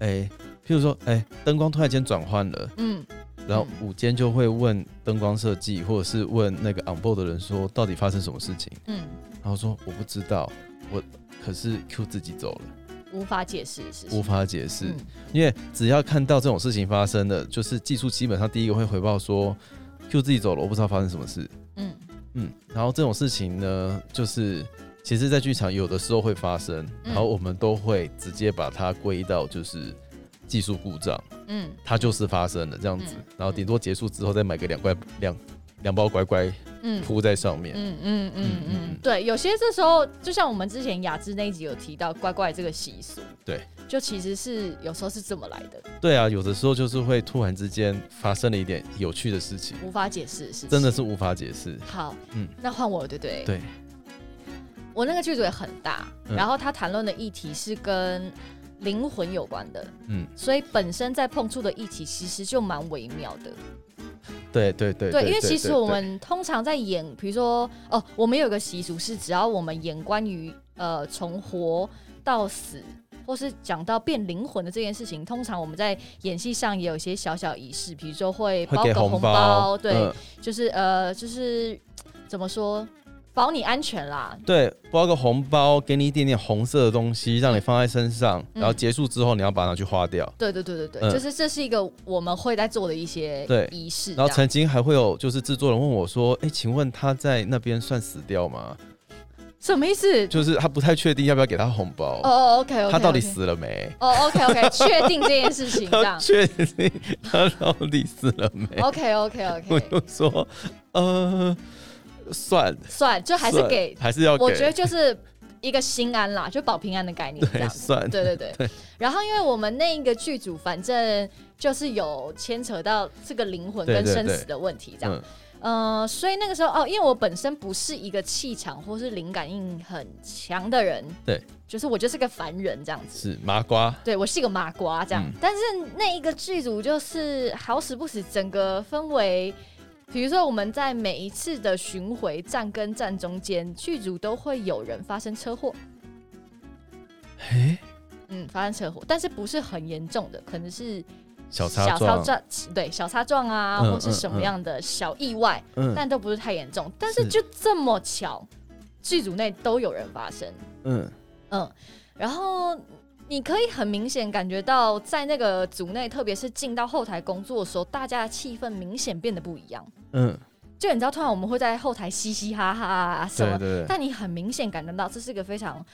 Speaker 2: 哎、譬如说，哎、灯光突然间转换了，
Speaker 1: 嗯，
Speaker 2: 然后
Speaker 1: 嗯
Speaker 2: 午间就会问灯光设计，或者是问那个 on board 的人说，到底发生什么事情？
Speaker 1: 嗯。
Speaker 2: 然后说我不知道，我可是 Q 自己走了，
Speaker 1: 嗯无法解释，是
Speaker 2: 无法解释，
Speaker 1: 嗯
Speaker 2: 因为只要看到这种事情发生了，就是技术基本上第一个会回报说 Q 自己走了，我不知道发生什么事。
Speaker 1: 嗯
Speaker 2: 嗯，然后这种事情呢，就是其实，在剧场有的时候会发生，
Speaker 1: 嗯
Speaker 2: 然后我们都会直接把它归到就是技术故障，
Speaker 1: 嗯
Speaker 2: 它就是发生了这样子
Speaker 1: 嗯，
Speaker 2: 然后顶多结束之后再买个两块两两包乖乖
Speaker 1: 嗯
Speaker 2: 铺在上面。
Speaker 1: 嗯嗯嗯
Speaker 2: 嗯
Speaker 1: 嗯
Speaker 2: 嗯，
Speaker 1: 对，有些这时候就像我们之前雅致那一集有提到乖乖这个习俗，
Speaker 2: 对，
Speaker 1: 就其实是有时候是这么来的，
Speaker 2: 对啊，有的时候就是会突然之间发生了一点有趣的事情，
Speaker 1: 无法解释的事情，
Speaker 2: 真的是无法解释。
Speaker 1: 好，
Speaker 2: 嗯
Speaker 1: 那换我对不对？
Speaker 2: 对，
Speaker 1: 我那个剧组也很大，
Speaker 2: 嗯
Speaker 1: 然后他谈论的议题是跟灵魂有关的，
Speaker 2: 嗯，
Speaker 1: 所以本身在碰触的议题其实就蛮微妙的。
Speaker 2: 对对对
Speaker 1: 对，因为其实我们通常在演，比如说哦，我们有个习俗是，只要我们演关于呃从活到死，或是讲到变灵魂的这件事情，通常我们在演戏上也有一些小小仪式，比如说会
Speaker 2: 会
Speaker 1: 包
Speaker 2: 给
Speaker 1: 个红
Speaker 2: 包，
Speaker 1: 对，
Speaker 2: 嗯
Speaker 1: 就是呃就是怎么说，保你安全啦。
Speaker 2: 对，包个红包，给你一点点红色的东西，让你放在身上，
Speaker 1: 嗯
Speaker 2: 然后结束之后你要把它拿去花掉。
Speaker 1: 对对对对对，
Speaker 2: 嗯
Speaker 1: 就是这是一个我们会在做的一些
Speaker 2: 对
Speaker 1: 仪式这
Speaker 2: 然
Speaker 1: 样，
Speaker 2: 后曾经还会有就是制作人问我说：“哎、请问他在那边算死掉吗？
Speaker 1: 什么意思？
Speaker 2: 就是他不太确定要不要给他红包，
Speaker 1: 哦哦，OK OK，
Speaker 2: 他到底？死了没？
Speaker 1: 哦，OK OK，确定这件事情这
Speaker 2: 他
Speaker 1: 样。 哦
Speaker 2: 确定他到底死了没？”
Speaker 1: OK OK
Speaker 2: 我
Speaker 1: OK，
Speaker 2: 就说：“呃，算，
Speaker 1: 算就还是
Speaker 2: 算
Speaker 1: 给，
Speaker 2: 还是要给，
Speaker 1: 我觉得就是一个心安啦，就保平安的概念这
Speaker 2: 对，
Speaker 1: 样子。
Speaker 2: 算，
Speaker 1: 对对对。然后因为我们那一个剧组，反正就是有牵扯到这个灵魂
Speaker 2: 对
Speaker 1: 跟
Speaker 2: 对
Speaker 1: 生
Speaker 2: 对
Speaker 1: 死的问题这样。
Speaker 2: 嗯，
Speaker 1: 呃，所以那个时候哦，因为我本身不是一个气场或是灵感应很强的人，
Speaker 2: 对，
Speaker 1: 就是我就是个凡人这样子。
Speaker 2: 是麻瓜，
Speaker 1: 对，我是一个麻瓜这样，
Speaker 2: 嗯
Speaker 1: 但是那一个剧组就是好死不死，整个氛围，比如说我们在每一次的巡回站跟站中间，剧组都会有人发生车祸，
Speaker 2: 哎、
Speaker 1: 嗯，发生车祸，但是不是很严重的，可能是
Speaker 2: 小插撞，
Speaker 1: 对，小擦撞啊，
Speaker 2: 嗯
Speaker 1: 或是什么样的小意外，
Speaker 2: 嗯
Speaker 1: 但都不是太严重。但是
Speaker 2: 是
Speaker 1: 就这么巧，剧组内都有人发生，
Speaker 2: 嗯，
Speaker 1: 嗯，然后你可以很明显感觉到，在那个组内，特别是进到后台工作的时候，大家的气氛明显变得不一样。
Speaker 2: 嗯，
Speaker 1: 就你知道，突然我们会在后台嘻嘻哈哈啊什
Speaker 2: 对
Speaker 1: 么，
Speaker 2: 对对，
Speaker 1: 但你很明显感觉到这是一个非常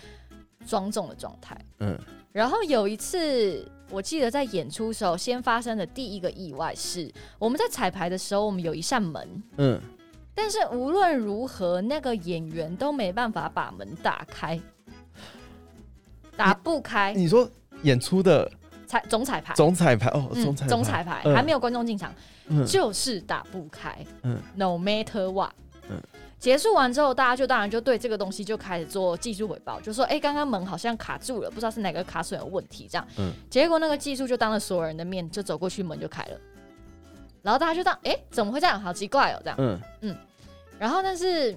Speaker 1: 庄重的状态。
Speaker 2: 嗯
Speaker 1: 然后有一次，我记得在演出的时候，先发生的第一个意外是，我们在彩排的时候，我们有一扇门，
Speaker 2: 嗯，
Speaker 1: 但是无论如何，那个演员都没办法把门打开，打不开。
Speaker 2: 你说演出的
Speaker 1: 彩总彩排，
Speaker 2: 总彩排哦，
Speaker 1: 嗯
Speaker 2: 总彩排
Speaker 1: 总彩排、
Speaker 2: 嗯
Speaker 1: 还没有观众进场，
Speaker 2: 嗯
Speaker 1: 就是打不开。
Speaker 2: 嗯
Speaker 1: No matter what。
Speaker 2: 嗯
Speaker 1: 结束完之后，大家就当然就对这个东西就开始做技术汇报，就说：“哎、刚刚门好像卡住了，不知道是哪个卡榫有问题。”这样，
Speaker 2: 嗯
Speaker 1: 结果那个技术就当着所有人的面就走过去，门就开了。然后大家就当：“哎、怎么会这样？好奇怪哦！”这样，
Speaker 2: 嗯
Speaker 1: 然后但是，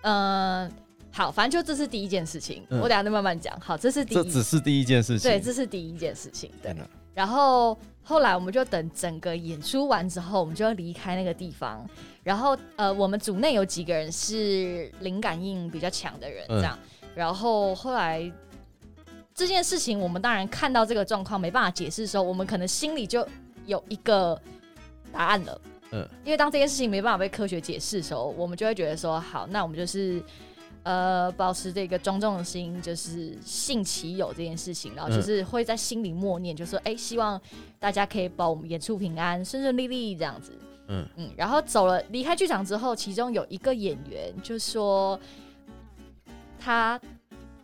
Speaker 1: 嗯、好，反正就这是第一件事情，
Speaker 2: 嗯
Speaker 1: 我等一下再慢慢讲。好，这是第
Speaker 2: 这
Speaker 1: 一，
Speaker 2: 只是第一件事情，嗯
Speaker 1: 对，这是第一件事情，对
Speaker 2: 天。哪
Speaker 1: 然后后来我们就等整个演出完之后，我们就要离开那个地方。然后呃，我们组内有几个人是灵感应比较强的人，
Speaker 2: 嗯
Speaker 1: 这样。然后后来这件事情，我们当然看到这个状况没办法解释的时候，我们可能心里就有一个答案了。
Speaker 2: 嗯
Speaker 1: 因为当这件事情没办法被科学解释的时候，我们就会觉得说，好，那我们就是呃，保持这个庄重的心，就是信其有这件事情，
Speaker 2: 嗯
Speaker 1: 然后就是会在心里默念，就说，哎、希望大家可以保我们演出平安、顺顺利利这样子。
Speaker 2: 嗯
Speaker 1: 嗯，然后走了，离开剧场之后，其中有一个演员就说，他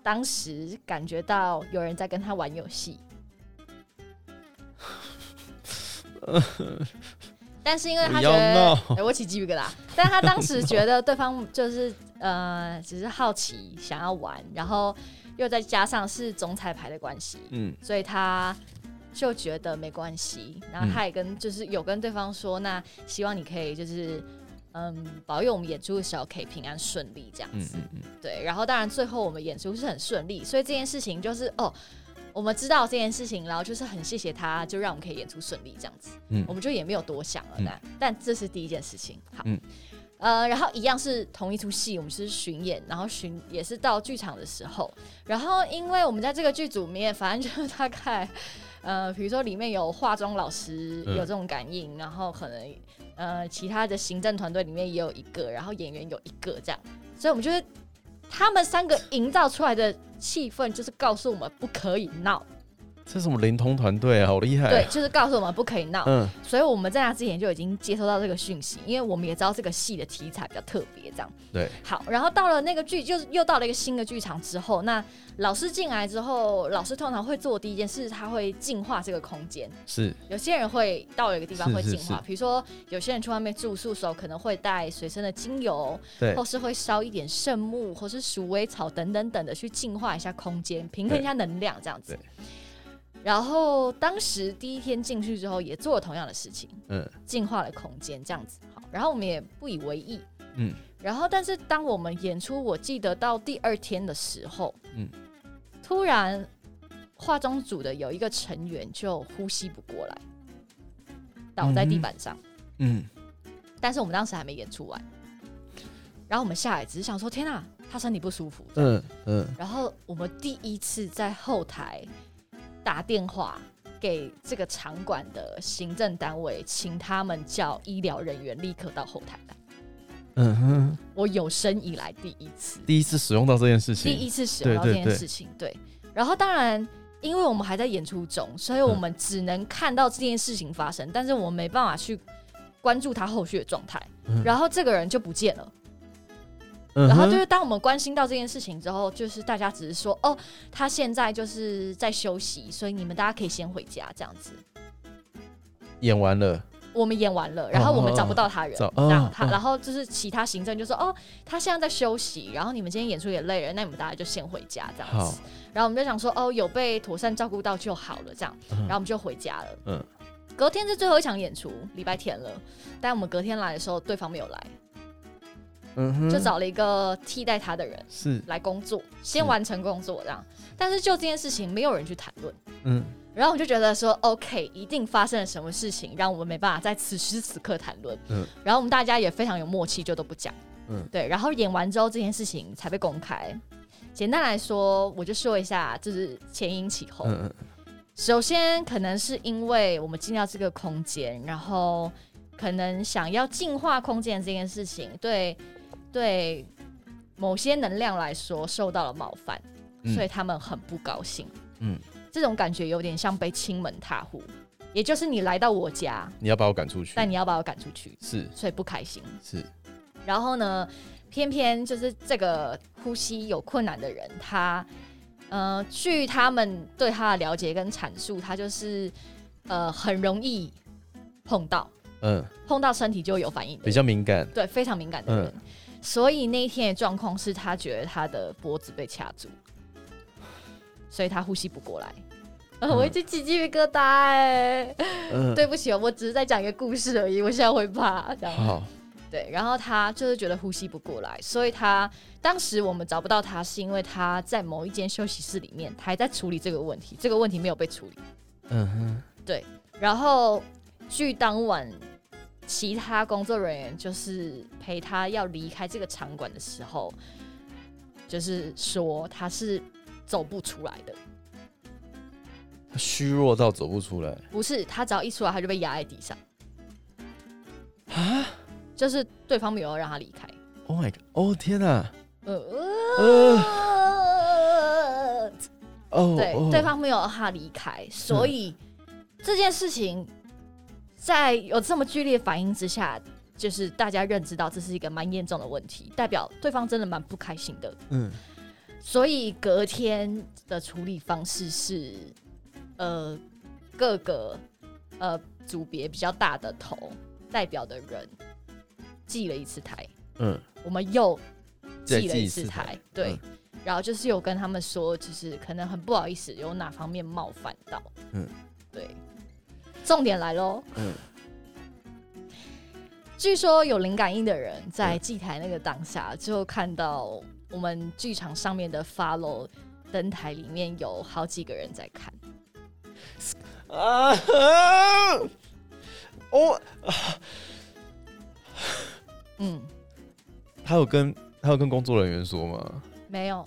Speaker 1: 当时感觉到有人在跟他玩游 戏，但是因为他
Speaker 2: 不
Speaker 1: 觉
Speaker 2: 要
Speaker 1: 得
Speaker 2: 闹，
Speaker 1: 哎，我起鸡皮疙瘩。但他当时觉得对方就是呃，只是好奇想要玩，然后又再加上是总彩排的关系，
Speaker 2: 嗯
Speaker 1: 所以他就觉得没关系。然
Speaker 2: 嗯
Speaker 1: 后他也跟、就是有跟对方说，那希望你可以就是嗯保佑我们演出的时候可以平安顺利这样
Speaker 2: 嗯
Speaker 1: 子。
Speaker 2: 嗯嗯，
Speaker 1: 对，然后当然最后我们演出是很顺利，所以这件事情就是哦。我们知道这件事情，然后就是很谢谢他，就让我们可以演出顺利这样子。
Speaker 2: 嗯
Speaker 1: 我们就也没有多想了，那、但这是第一件事情。好，
Speaker 2: 嗯
Speaker 1: 呃，然后一样是同一出戏，我们是巡演，然后巡也是到剧场的时候，然后因为我们在这个剧组里面，反正就是大概，呃，比如说里面有化妆老师
Speaker 2: 嗯
Speaker 1: 有这种感应，然后可能呃其他的行政团队里面也有一个，然后演员有一个这样，所以我们就是他们三个营造出来的气氛，就是告诉我们不可以闹。
Speaker 2: 这是什么灵通团队啊，好厉害、
Speaker 1: 对，，就是告诉我们不可以闹。
Speaker 2: 嗯，
Speaker 1: 所以我们在那之前就已经接收到这个讯息，因为我们也知道这个戏的题材比较特别，这样。
Speaker 2: 对。
Speaker 1: 好，然后到了那个剧，就是又到了一个新的剧场之后，那老师进来之后，老师通常会做的第一件事，他会净化这个空间。
Speaker 2: 是
Speaker 1: 有些人会到了一个地方
Speaker 2: 是
Speaker 1: 会
Speaker 2: 是
Speaker 1: 净化，
Speaker 2: 是
Speaker 1: 比如说有些人去外面住宿的时候，可能会带随身的精油，
Speaker 2: 对
Speaker 1: 或是会烧一点圣木或是鼠尾草等等等的去净化一下空间，平衡一下能量这样子
Speaker 2: 对。
Speaker 1: 然后当时第一天进去之后，也做了同样的事情，
Speaker 2: 嗯
Speaker 1: 净化了空间这样子。好，然后我们也不以为意。
Speaker 2: 嗯，
Speaker 1: 然后但是当我们演出，我记得到第二天的时候，
Speaker 2: 嗯
Speaker 1: 突然化妆组的有一个成员就呼吸不过来，倒在地板上。
Speaker 2: 嗯，
Speaker 1: 但是我们当时还没演出完，然后我们下来只是想说，天啊，他身体不舒服。
Speaker 2: 嗯嗯，
Speaker 1: 然后我们第一次在后台打电话给这个场馆的行政单位，请他们叫医疗人员立刻到后台来。
Speaker 2: 嗯哼，
Speaker 1: 我有生以来第一次，
Speaker 2: 第一次使用到这件事
Speaker 1: 第
Speaker 2: 情，
Speaker 1: 一次使用到这
Speaker 2: 对对
Speaker 1: 件
Speaker 2: 对
Speaker 1: 事情，对。然后当然，因为我们还在演出中，所以我们只能看到这件事情发生，但是我们没办法去关注他后续的状态。
Speaker 2: 嗯
Speaker 1: 然后这个人就不见了。
Speaker 2: 嗯哼
Speaker 1: 然后就是当我们关心到这件事情之后，就是大家只是说，哦，他现在就是在休息，所以你们大家可以先回家这样子。
Speaker 2: 演完了，
Speaker 1: 我们演完了，然后我们找不到他人，
Speaker 2: 找
Speaker 1: 然后
Speaker 2: 哦
Speaker 1: 他，
Speaker 2: 哦
Speaker 1: 然后就是其他行政就说，哦，他现在在休息，然后你们今天演出也累了，那你们大家就先回家这样
Speaker 2: 好
Speaker 1: 子。然后我们就想说，哦，有被妥善照顾到就好了，这样，
Speaker 2: 嗯
Speaker 1: 然后我们就回家了。
Speaker 2: 嗯
Speaker 1: 隔天是最后一场演出，礼拜天了，但我们隔天来的时候，对方没有来，
Speaker 2: 嗯哼，
Speaker 1: 就找了一个替代他的人
Speaker 2: 是，
Speaker 1: 来工作，先完成工作这样。但是就这件事情，没有人去谈论。
Speaker 2: 嗯
Speaker 1: 然后我就觉得说，OK，一定发生了什么事情，让我们没办法在此时此刻谈论。
Speaker 2: 嗯
Speaker 1: 然后我们大家也非常有默契，就都不讲。
Speaker 2: 嗯
Speaker 1: 对。然后演完之后，这件事情才被公开。简单来说，我就说一下，就是前因起后。
Speaker 2: 嗯
Speaker 1: 首先，可能是因为我们进到这个空间，然后可能想要净化空间这件事情，对对某些能量来说受到了冒犯，
Speaker 2: 嗯
Speaker 1: 所以他们很不高兴。
Speaker 2: 嗯，
Speaker 1: 这种感觉有点像被亲门踏户，也就是你来到我家，
Speaker 2: 你要把我赶出去，
Speaker 1: 但你要把我赶出去，
Speaker 2: 是
Speaker 1: 所以不开心。
Speaker 2: 是，
Speaker 1: 然后呢，偏偏就是这个呼吸有困难的人，他呃，据他们对他的了解跟阐述，他就是呃很容易碰到，
Speaker 2: 嗯，
Speaker 1: 碰到身体就有反应的
Speaker 2: 比
Speaker 1: 人，
Speaker 2: 较嗯敏感，
Speaker 1: 对非常敏感的人。所以那一天的状况是他觉得他的脖子被掐住，所以他呼吸不过来。呃，我一直起鸡皮疙瘩哎、
Speaker 2: 嗯，
Speaker 1: 对不起哦，我只是在讲一个故事而已，我现在会怕这样。
Speaker 2: 好，
Speaker 1: 对，然后他就是觉得呼吸不过来，所以他当时我们找不到他，是因为他在某一间休息室里面，他还在处理这个问题，这个问题没有被处理。
Speaker 2: 嗯哼，
Speaker 1: 然后据当晚其他工作人员就是陪他要离开这个场馆的时候，就是说他是走不出来的，
Speaker 2: 他虚弱到走不出来，
Speaker 1: 不是他只要一出来他就被压在地上就是对方没有要让他离开。
Speaker 2: Oh my god！哦天哪！
Speaker 1: 呃
Speaker 2: 哦，
Speaker 1: 对，
Speaker 2: 哦
Speaker 1: 对方没有让他离开，所以这件事情在有这么剧烈反应之下，就是大家认知到这是一个蛮严重的问题，代表对方真的蛮不开心的。
Speaker 2: 嗯
Speaker 1: 所以隔天的处理方式是，呃，各个呃组别比较大的头代表的人记了一次台，
Speaker 2: 嗯，
Speaker 1: 我们又
Speaker 2: 再
Speaker 1: 记了
Speaker 2: 记
Speaker 1: 一
Speaker 2: 一
Speaker 1: 次
Speaker 2: 次
Speaker 1: 台
Speaker 2: 台，
Speaker 1: 对。
Speaker 2: 嗯
Speaker 1: 然后就是有跟他们说，就是可能很不好意思，有哪方面冒犯到，嗯
Speaker 2: 嗯，
Speaker 1: 对。重点来喽，嗯
Speaker 2: 嗯。
Speaker 1: 据说有灵感应的人
Speaker 2: 嗯
Speaker 1: 在祭台那个当下，就看到我们剧场上面的 follow 灯台里面有好几个人在看，
Speaker 2: 啊啊！哦，
Speaker 1: 嗯，
Speaker 2: 他有跟他有跟工作人员说吗？
Speaker 1: 没有，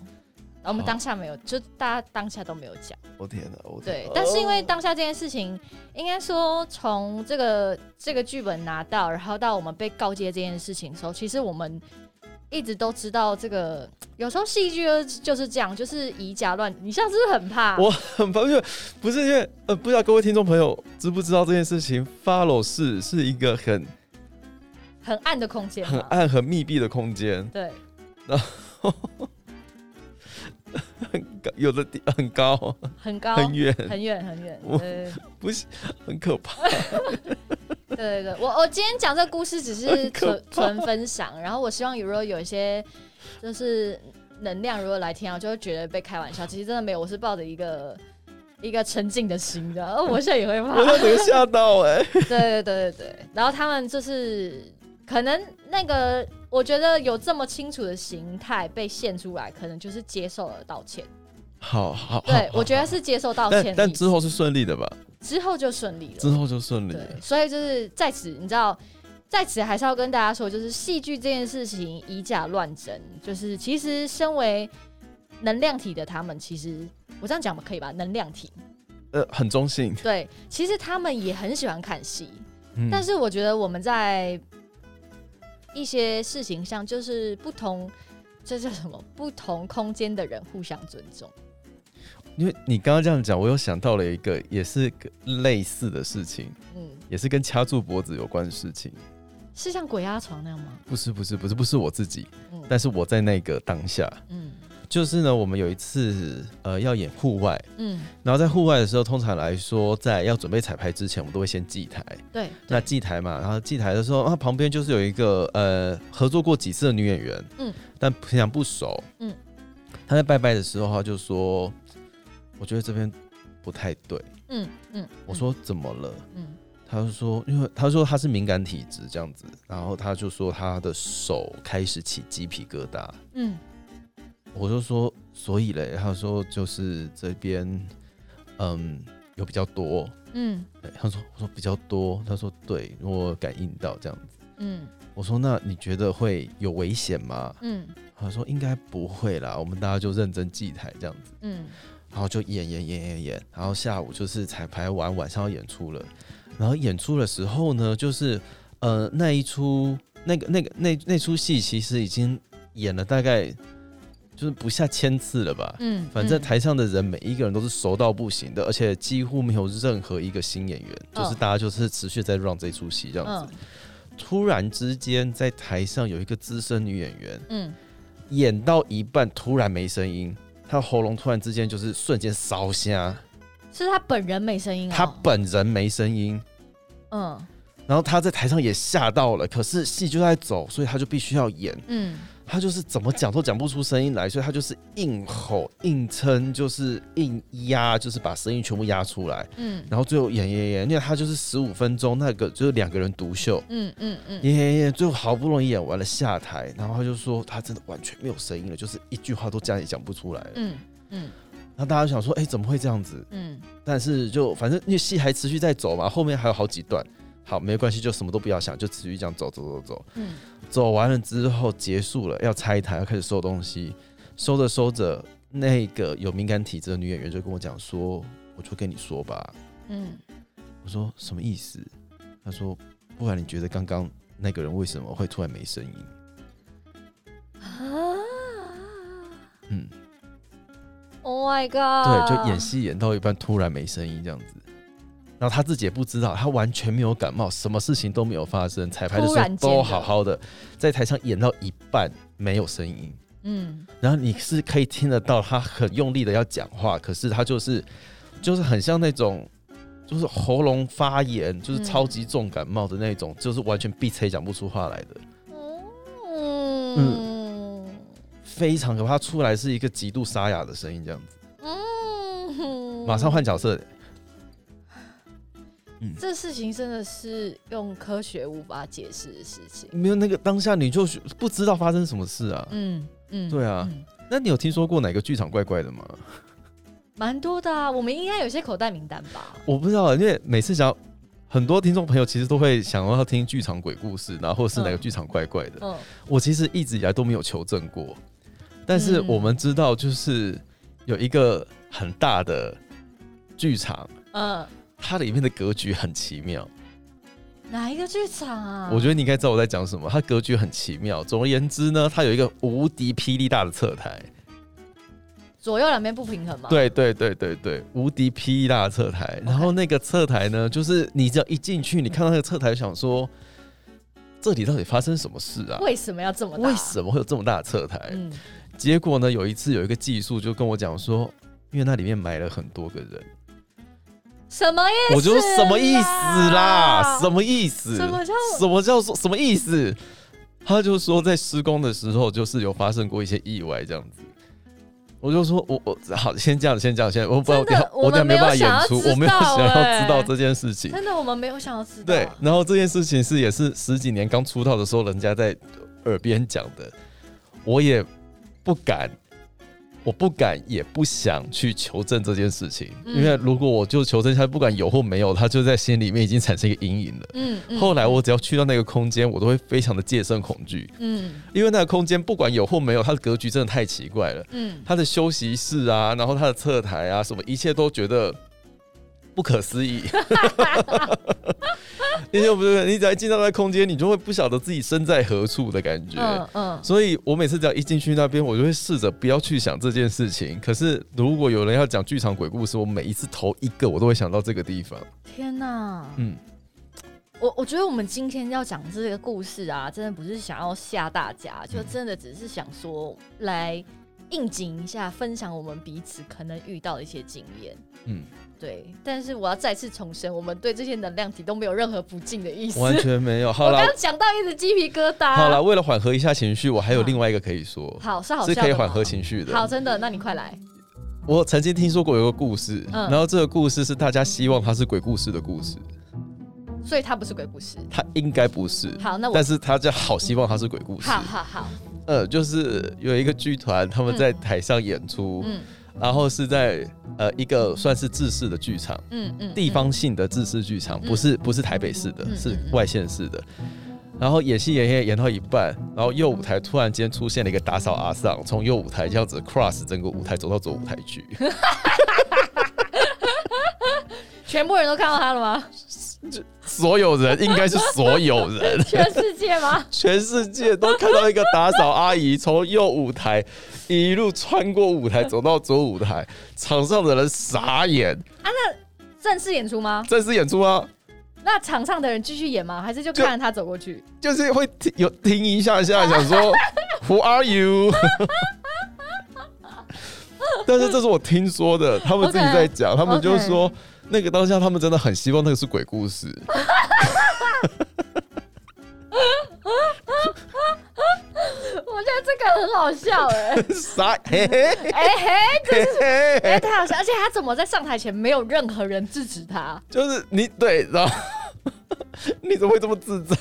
Speaker 1: 我们
Speaker 2: 好
Speaker 1: 当下没有，就大家当下都没有讲。
Speaker 2: 我？Oh，天哪！我天
Speaker 1: 对，但是因
Speaker 2: 哦
Speaker 1: 为当下这件事情，应该说从这个这个剧本拿到，然后到我们被告诫这件事情的时候，其实我们一直都知道这个，有时候戏剧就是就是这样，就是以假乱。你像是不是很怕？
Speaker 2: 我很不是不是因为呃，不知道各位听众朋友知不知道这件事情，follow 是是一个很
Speaker 1: 很暗的空间嘛，
Speaker 2: 很暗很密闭的空间，
Speaker 1: 对，
Speaker 2: 有的地很高
Speaker 1: 很高，
Speaker 2: 很远，
Speaker 1: 很啊远，很远。
Speaker 2: 我
Speaker 1: 对
Speaker 2: 不是很可怕。
Speaker 1: 对对对，我我今天讲这个故事只是
Speaker 2: 很可
Speaker 1: 纯纯分享，然后我希望如果有一些就是能量，如果来听啊，就会觉得被开玩笑。其实真的没有，我是抱着一个一个沉静的心的。哦，我现在也会
Speaker 2: 我
Speaker 1: 怕。
Speaker 2: 要整个吓到哎、
Speaker 1: 对对对对对。然后他们就是可能那个，我觉得有这么清楚的形态被现出来，可能就是接受了道歉。
Speaker 2: 好好， 好
Speaker 1: 对，
Speaker 2: 好
Speaker 1: 我觉得是接受道歉的意
Speaker 2: 但
Speaker 1: 思。
Speaker 2: 但之后是顺利的吧？
Speaker 1: 之后就顺利了。
Speaker 2: 之后就顺利
Speaker 1: 对
Speaker 2: 了。，
Speaker 1: 所以就是在此，你知道，在此还是要跟大家说，就是戏剧这件事情以假乱真，就是其实身为能量体的他们，其实我这样讲吧，可以吧？能量体，
Speaker 2: 呃，很中性，
Speaker 1: 对，其实他们也很喜欢看戏，
Speaker 2: 嗯
Speaker 1: 但是我觉得我们在一些事情上，就是不同，这叫什么？不同空间的人互相尊重。
Speaker 2: 因为你刚刚这样讲，我又想到了一个也是个类似的事情，
Speaker 1: 嗯，
Speaker 2: 也是跟掐住脖子有关的事情。
Speaker 1: 是像鬼压床那样吗？
Speaker 2: 不是不是不是不是我自己，
Speaker 1: 嗯
Speaker 2: 但是我在那个当下，
Speaker 1: 嗯
Speaker 2: 就是呢，我们有一次呃要演户外，
Speaker 1: 嗯，
Speaker 2: 然后在户外的时候，通常来说，在要准备彩排之前，我们都会先祭台。
Speaker 1: 对，
Speaker 2: 那祭台嘛，然后祭台的时候，啊，旁边就是有一个呃合作过几次的女演员，
Speaker 1: 嗯
Speaker 2: 嗯，但平常不熟，
Speaker 1: 嗯
Speaker 2: 嗯，她在拜拜的时候，她就说，我觉得这边不太对。
Speaker 1: 嗯嗯，
Speaker 2: 我说怎么了？
Speaker 1: 嗯，
Speaker 2: 她就说，因为她说她是敏感体质这样子，然后她就说她的手开始起鸡皮疙瘩。
Speaker 1: 嗯
Speaker 2: 我就说，所以嘞，她说就是这边，嗯，有比较多。
Speaker 1: 嗯嗯
Speaker 2: 对她说，我说比较多。她说对，我感应到这样子。
Speaker 1: 嗯
Speaker 2: 我说：“那你觉得会有危险吗
Speaker 1: 嗯？”
Speaker 2: 他说：“应该不会啦，我们大家就认真祭台这样子。
Speaker 1: 嗯”
Speaker 2: 然后就演演演演演，然后下午就是彩排完，晚上要演出了。然后演出的时候呢，就是呃那一出那个那个那那出戏其实已经演了大概就是不下千次了吧。
Speaker 1: 嗯，
Speaker 2: 反正台上的人每一个人都是熟到不行的，而且几乎没有任何一个新演员，
Speaker 1: 嗯
Speaker 2: 就是大家就是持续在 run 这出戏这样子
Speaker 1: 嗯。
Speaker 2: 突然之间，在台上有一个资深女演员
Speaker 1: 嗯
Speaker 2: 演到一半，突然没声音，她喉咙突然之间就是瞬间烧瞎，
Speaker 1: 嗯，是他本人没声音啊、
Speaker 2: 她本人没声音，
Speaker 1: 嗯
Speaker 2: 然后她在台上也吓到了，可是戏就在走，所以她就必须要演，
Speaker 1: 嗯
Speaker 2: 她就是怎么讲都讲不出声音来，所以她就是硬吼、硬撑，就是硬压，就是把声音全部压出来，
Speaker 1: 嗯
Speaker 2: 然后最后演演演，因为她就是十五分钟那个就是两个人独秀，
Speaker 1: 嗯嗯嗯
Speaker 2: 演演演，最后好不容易演完了下台，然后他就说他真的完全没有声音了，就是一句话都这样也讲不出来了。
Speaker 1: 嗯嗯
Speaker 2: 那大家就想说，哎、怎么会这样子？
Speaker 1: 嗯
Speaker 2: 但是就反正因为戏还持续在走嘛，后面还有好几段。好，没关系，就什么都不要想，就持续这样走走走走，
Speaker 1: 嗯
Speaker 2: 走完了之后结束了，要拆台，要开始收东西，收着收着，那个有敏感体质的女演员就跟我讲说，我就跟你说吧，
Speaker 1: 嗯
Speaker 2: 我说什么意思？他说，不然你觉得刚刚那个人为什么会突然没声音？
Speaker 1: 啊
Speaker 2: 嗯，
Speaker 1: ！Oh my
Speaker 2: 对，
Speaker 1: god！
Speaker 2: 就演戏演到一半突然没声音这样子，然后他自己也不知道，他完全没有感冒，什么事情都没有发生，彩排的时
Speaker 1: 突
Speaker 2: 候
Speaker 1: 然间的
Speaker 2: 都好好的，在台上演到一半没有声音，
Speaker 1: 嗯
Speaker 2: 然后你是可以听得到他很用力的要讲话，可是他就是就是很像那种。就是喉咙发炎，就是
Speaker 1: 嗯
Speaker 2: 超级重感冒的那种，就是完全闭塞讲不出话来的，
Speaker 1: 嗯
Speaker 2: 非常可怕。出来是一个极度沙哑的声音，这样子，
Speaker 1: 嗯，
Speaker 2: 马上换角色。
Speaker 1: 这事情真的是用科学无法解释的事情。
Speaker 2: 没有那个当下，你就是不知道发生什么事啊。
Speaker 1: 嗯嗯，
Speaker 2: 对啊
Speaker 1: 嗯
Speaker 2: 那你有听说过哪个剧场怪怪的吗？
Speaker 1: 蛮、多的啊。我们应该有些口袋名单吧？
Speaker 2: 我不知道，因为每次想要很多听众朋友其实都会想要听剧场鬼故事，然后是哪个剧场怪怪的。
Speaker 1: 嗯，
Speaker 2: 我其实一直以来都没有求证过，但是我们知道，就是有一个很大的剧场，
Speaker 1: 嗯，
Speaker 2: 它里面的格局很奇妙。
Speaker 1: 哪一个剧场啊？
Speaker 2: 我觉得你应该知道我在讲什么，它格局很奇妙。总而言之呢，它有一个无敌霹雳大的侧台，
Speaker 1: 左右两边不平衡嘛。，
Speaker 2: 对对对对对，无敌霹雳大的侧台。然后那个侧台呢，就是你只要一进去，你看到那个侧台，想说这里到底发生什么事啊？
Speaker 1: 为什么要这么大？
Speaker 2: 为什么会有这么大的侧台？
Speaker 1: 嗯，
Speaker 2: 结果呢，有一次有一个技术就跟我讲说，因为那里面埋了很多个人，
Speaker 1: 什么意思？
Speaker 2: 我就说什么意思啦？什
Speaker 1: 么
Speaker 2: 么意思？
Speaker 1: 啊什么叫
Speaker 2: 什么叫做什么意思？他就说在施工的时候，就是有发生过一些意外这样子。我就说我我好，先这样，先这样，先我不然
Speaker 1: 真的我
Speaker 2: 我
Speaker 1: 们
Speaker 2: 等下没办法演出，我
Speaker 1: 没
Speaker 2: 没
Speaker 1: 有
Speaker 2: 有想
Speaker 1: 想要知道
Speaker 2: 要知道
Speaker 1: 欸
Speaker 2: 这件事情。
Speaker 1: 真的，我们没有想要知道。啊
Speaker 2: 对，然后这件事情是也是十几年刚出道的时候，人家在耳边讲的，我也不敢，我不敢也不想去求证这件事情，
Speaker 1: 嗯
Speaker 2: 因为如果我就求证一下，不管有或没有，他就在心里面已经产生一个阴影了。
Speaker 1: 嗯，嗯
Speaker 2: 后来我只要去到那个空间，我都会非常的戒慎恐惧，
Speaker 1: 嗯
Speaker 2: 因为那个空间不管有或没有，它的格局真的太奇怪了。
Speaker 1: 嗯
Speaker 2: 它的休息室啊，然后它的侧台啊，什么一切都觉得不可 思议。你就不是你只要一进到那空间，你就会不晓得自己身在何处的感觉。
Speaker 1: 嗯嗯，
Speaker 2: 所以我每次只要一进去那边，我就会试着不要去想这件事情。可是如果有人要讲剧场鬼故事，我每一次头一个，我都会想到这个地方。
Speaker 1: 天哪！
Speaker 2: 嗯，
Speaker 1: 我我觉得我们今天要讲这个故事啊，真的不是想要吓大
Speaker 2: 嗯
Speaker 1: 家，就真的只是想说来应景一下，分享我们彼此可能遇到的一些经验。
Speaker 2: 嗯，
Speaker 1: 对，但是我要再次重申，我们对这些能量体都没有任何不敬的意思。
Speaker 2: 完
Speaker 1: 我
Speaker 2: 全没有。好
Speaker 1: 刚
Speaker 2: 啦，
Speaker 1: 刚讲到一直鸡皮疙瘩。
Speaker 2: 好啦，，为了缓和一下情绪，我还有另外一个可以说，
Speaker 1: 好啊是好
Speaker 2: 是
Speaker 1: 笑的吗
Speaker 2: 可以缓和情绪的。
Speaker 1: 好，真的，那你快来。
Speaker 2: 我曾经听说过有个故事，
Speaker 1: 嗯
Speaker 2: 然后这个故事是大家希望它是鬼故事的故事，
Speaker 1: 所以它不是鬼故事。
Speaker 2: 它应该不是，
Speaker 1: 好，那我
Speaker 2: 但是大家好希望它是鬼故事。
Speaker 1: 好好好，
Speaker 2: 呃，就是有一个剧团他们在台上演出，
Speaker 1: 嗯
Speaker 2: 然后是在呃一个算是制式的剧场，
Speaker 1: 嗯嗯，
Speaker 2: 地方性的制式剧场，
Speaker 1: 嗯
Speaker 2: 不是不是台北市的，
Speaker 1: 嗯
Speaker 2: 是
Speaker 1: 嗯嗯
Speaker 2: 外县市的。然后演戏演演演到一半，然后右舞台突然间出现了一个打扫阿桑，从右舞台这样子 cross 整个舞台走到左舞台去。
Speaker 1: 全部人都看到他了 吗？，
Speaker 2: 所有人应该是所有人
Speaker 1: 全世界吗？
Speaker 2: 全世界都看到一个打扫阿姨从右舞台一路穿过舞台走到左舞台，场上的人傻眼。
Speaker 1: 正式演出吗？
Speaker 2: 正式演出啊，
Speaker 1: 那场上的人继续演吗？还是就看着他走过去？
Speaker 2: 就是会听有听一 下下，想说 Who are you？但是这是我听说的，他们自己在讲他们就说那个当下他们真的很希望那个是鬼 故事。
Speaker 1: 我觉得这个很好笑哎、
Speaker 2: 傻嘿嘿
Speaker 1: 哎嘿，
Speaker 2: 嘿嘿嘿
Speaker 1: 哎，太好笑！而且他怎么在上台前没有任何人制止他？
Speaker 2: 就是你对，然后 你怎么会这么自在？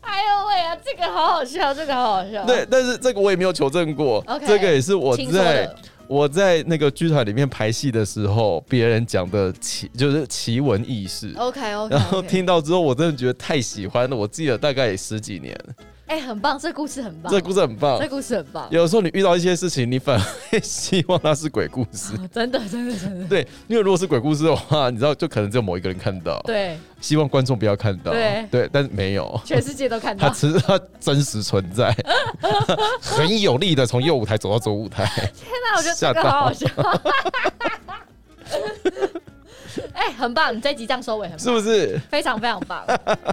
Speaker 1: 哎呦喂啊，这个好好笑，这个好好笑。
Speaker 2: 对，但是这个我也没有求证过
Speaker 1: 哦 OK，
Speaker 2: 这个也是我
Speaker 1: 听说
Speaker 2: 在
Speaker 1: 的，
Speaker 2: 我在那个剧团里面排戏的时候，别人讲的奇就是奇闻异事。
Speaker 1: OK OK，
Speaker 2: 然后听到之后，我真的觉得太喜欢了，我记了大概也十几年，
Speaker 1: 哎、很棒，这故事很棒，
Speaker 2: 这故事很棒
Speaker 1: 这。故事很棒，
Speaker 2: 有时候你遇到一些事情，你反而会希望它是鬼故 事，
Speaker 1: 哦真的真的真的，
Speaker 2: 对，因为如果是鬼故事的话，你知道，就可能只有某一个人看到，
Speaker 1: 对，
Speaker 2: 希望观众不要看到，
Speaker 1: 对
Speaker 2: 但是 没有，
Speaker 1: 全世界都看
Speaker 2: 他
Speaker 1: 到。
Speaker 2: 只是他真实存 在，很有力的从右舞台走到左舞 台，
Speaker 1: 那我觉得这个好好笑。 哎、很棒！你这集这样收尾很
Speaker 2: 是
Speaker 1: 棒，
Speaker 2: 不是？
Speaker 1: 非常非常棒。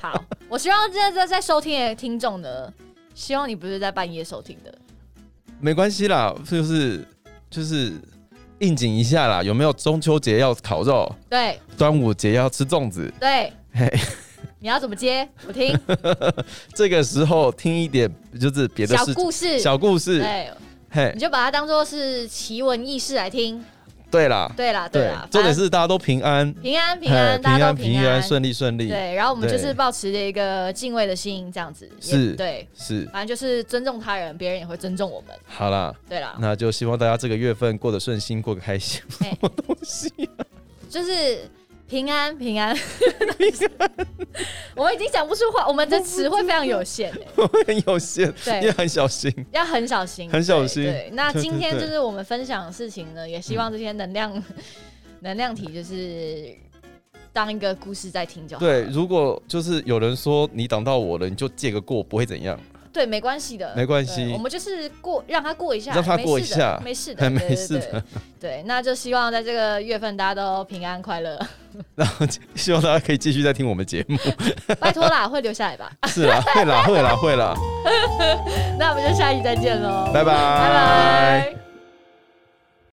Speaker 1: 好，我希望现在在收听的听众呢，希望你不是在半夜收听的。
Speaker 2: 没关系啦，就是就是应景一下啦。有没有中秋节要烤肉，
Speaker 1: 对
Speaker 2: 端午节要吃粽子？
Speaker 1: 对
Speaker 2: 嘿，
Speaker 1: 你要怎么接？我 听
Speaker 2: 这个时候听一点就是别的
Speaker 1: 小
Speaker 2: 事
Speaker 1: 故事，
Speaker 2: 小故事，
Speaker 1: 对，
Speaker 2: 嘿
Speaker 1: 你，就把它当做是奇闻异事来听。
Speaker 2: 对啦，
Speaker 1: 对啦对啦，
Speaker 2: 重
Speaker 1: 反
Speaker 2: 点是大家都平安，
Speaker 1: 正平安平
Speaker 2: 嘿
Speaker 1: 安，大
Speaker 2: 平
Speaker 1: 家
Speaker 2: 安
Speaker 1: 都
Speaker 2: 平安，顺利顺利，
Speaker 1: 对，然后我们就
Speaker 2: 对
Speaker 1: 是保持着一个敬畏的心，这样子也
Speaker 2: 是
Speaker 1: 对，
Speaker 2: 是
Speaker 1: 反正就是尊重他人，别人也会尊重我们。
Speaker 2: 好啦。
Speaker 1: 对啦，
Speaker 2: 那就希望大家这个月份过得顺心，过得开心。
Speaker 1: 嘿
Speaker 2: 什么东西？
Speaker 1: 就是平安平安。 我们已经讲不出话，我们的词汇非常有限、欸，
Speaker 2: 我们很有限，
Speaker 1: 对
Speaker 2: 也很小心。
Speaker 1: 要很小心，
Speaker 2: 很小心
Speaker 1: 对，对那
Speaker 2: 对对
Speaker 1: 今天
Speaker 2: 对嗯
Speaker 1: 就是我们分享的事情呢，也希望这些能量、能量体就是当一个故事在听就好了。
Speaker 2: 对，如果就是有人说你挡到我了，你就借个过，不会怎样。
Speaker 1: 对，没关系的，
Speaker 2: 没关系
Speaker 1: 对我们就是过，让他过一下，
Speaker 2: 让他过一下
Speaker 1: 没事的，
Speaker 2: 没
Speaker 1: 没
Speaker 2: 事
Speaker 1: 事的，对对对对，那就希望在这个月份大家都平安快乐，
Speaker 2: 然后希望大家可以继续再听我们节目。
Speaker 1: 拜托啦，会留下来吧。
Speaker 2: 是啦，会啦，会啦，会啦，
Speaker 1: 那我们就下期再见喽，
Speaker 2: 拜拜，
Speaker 1: 拜拜。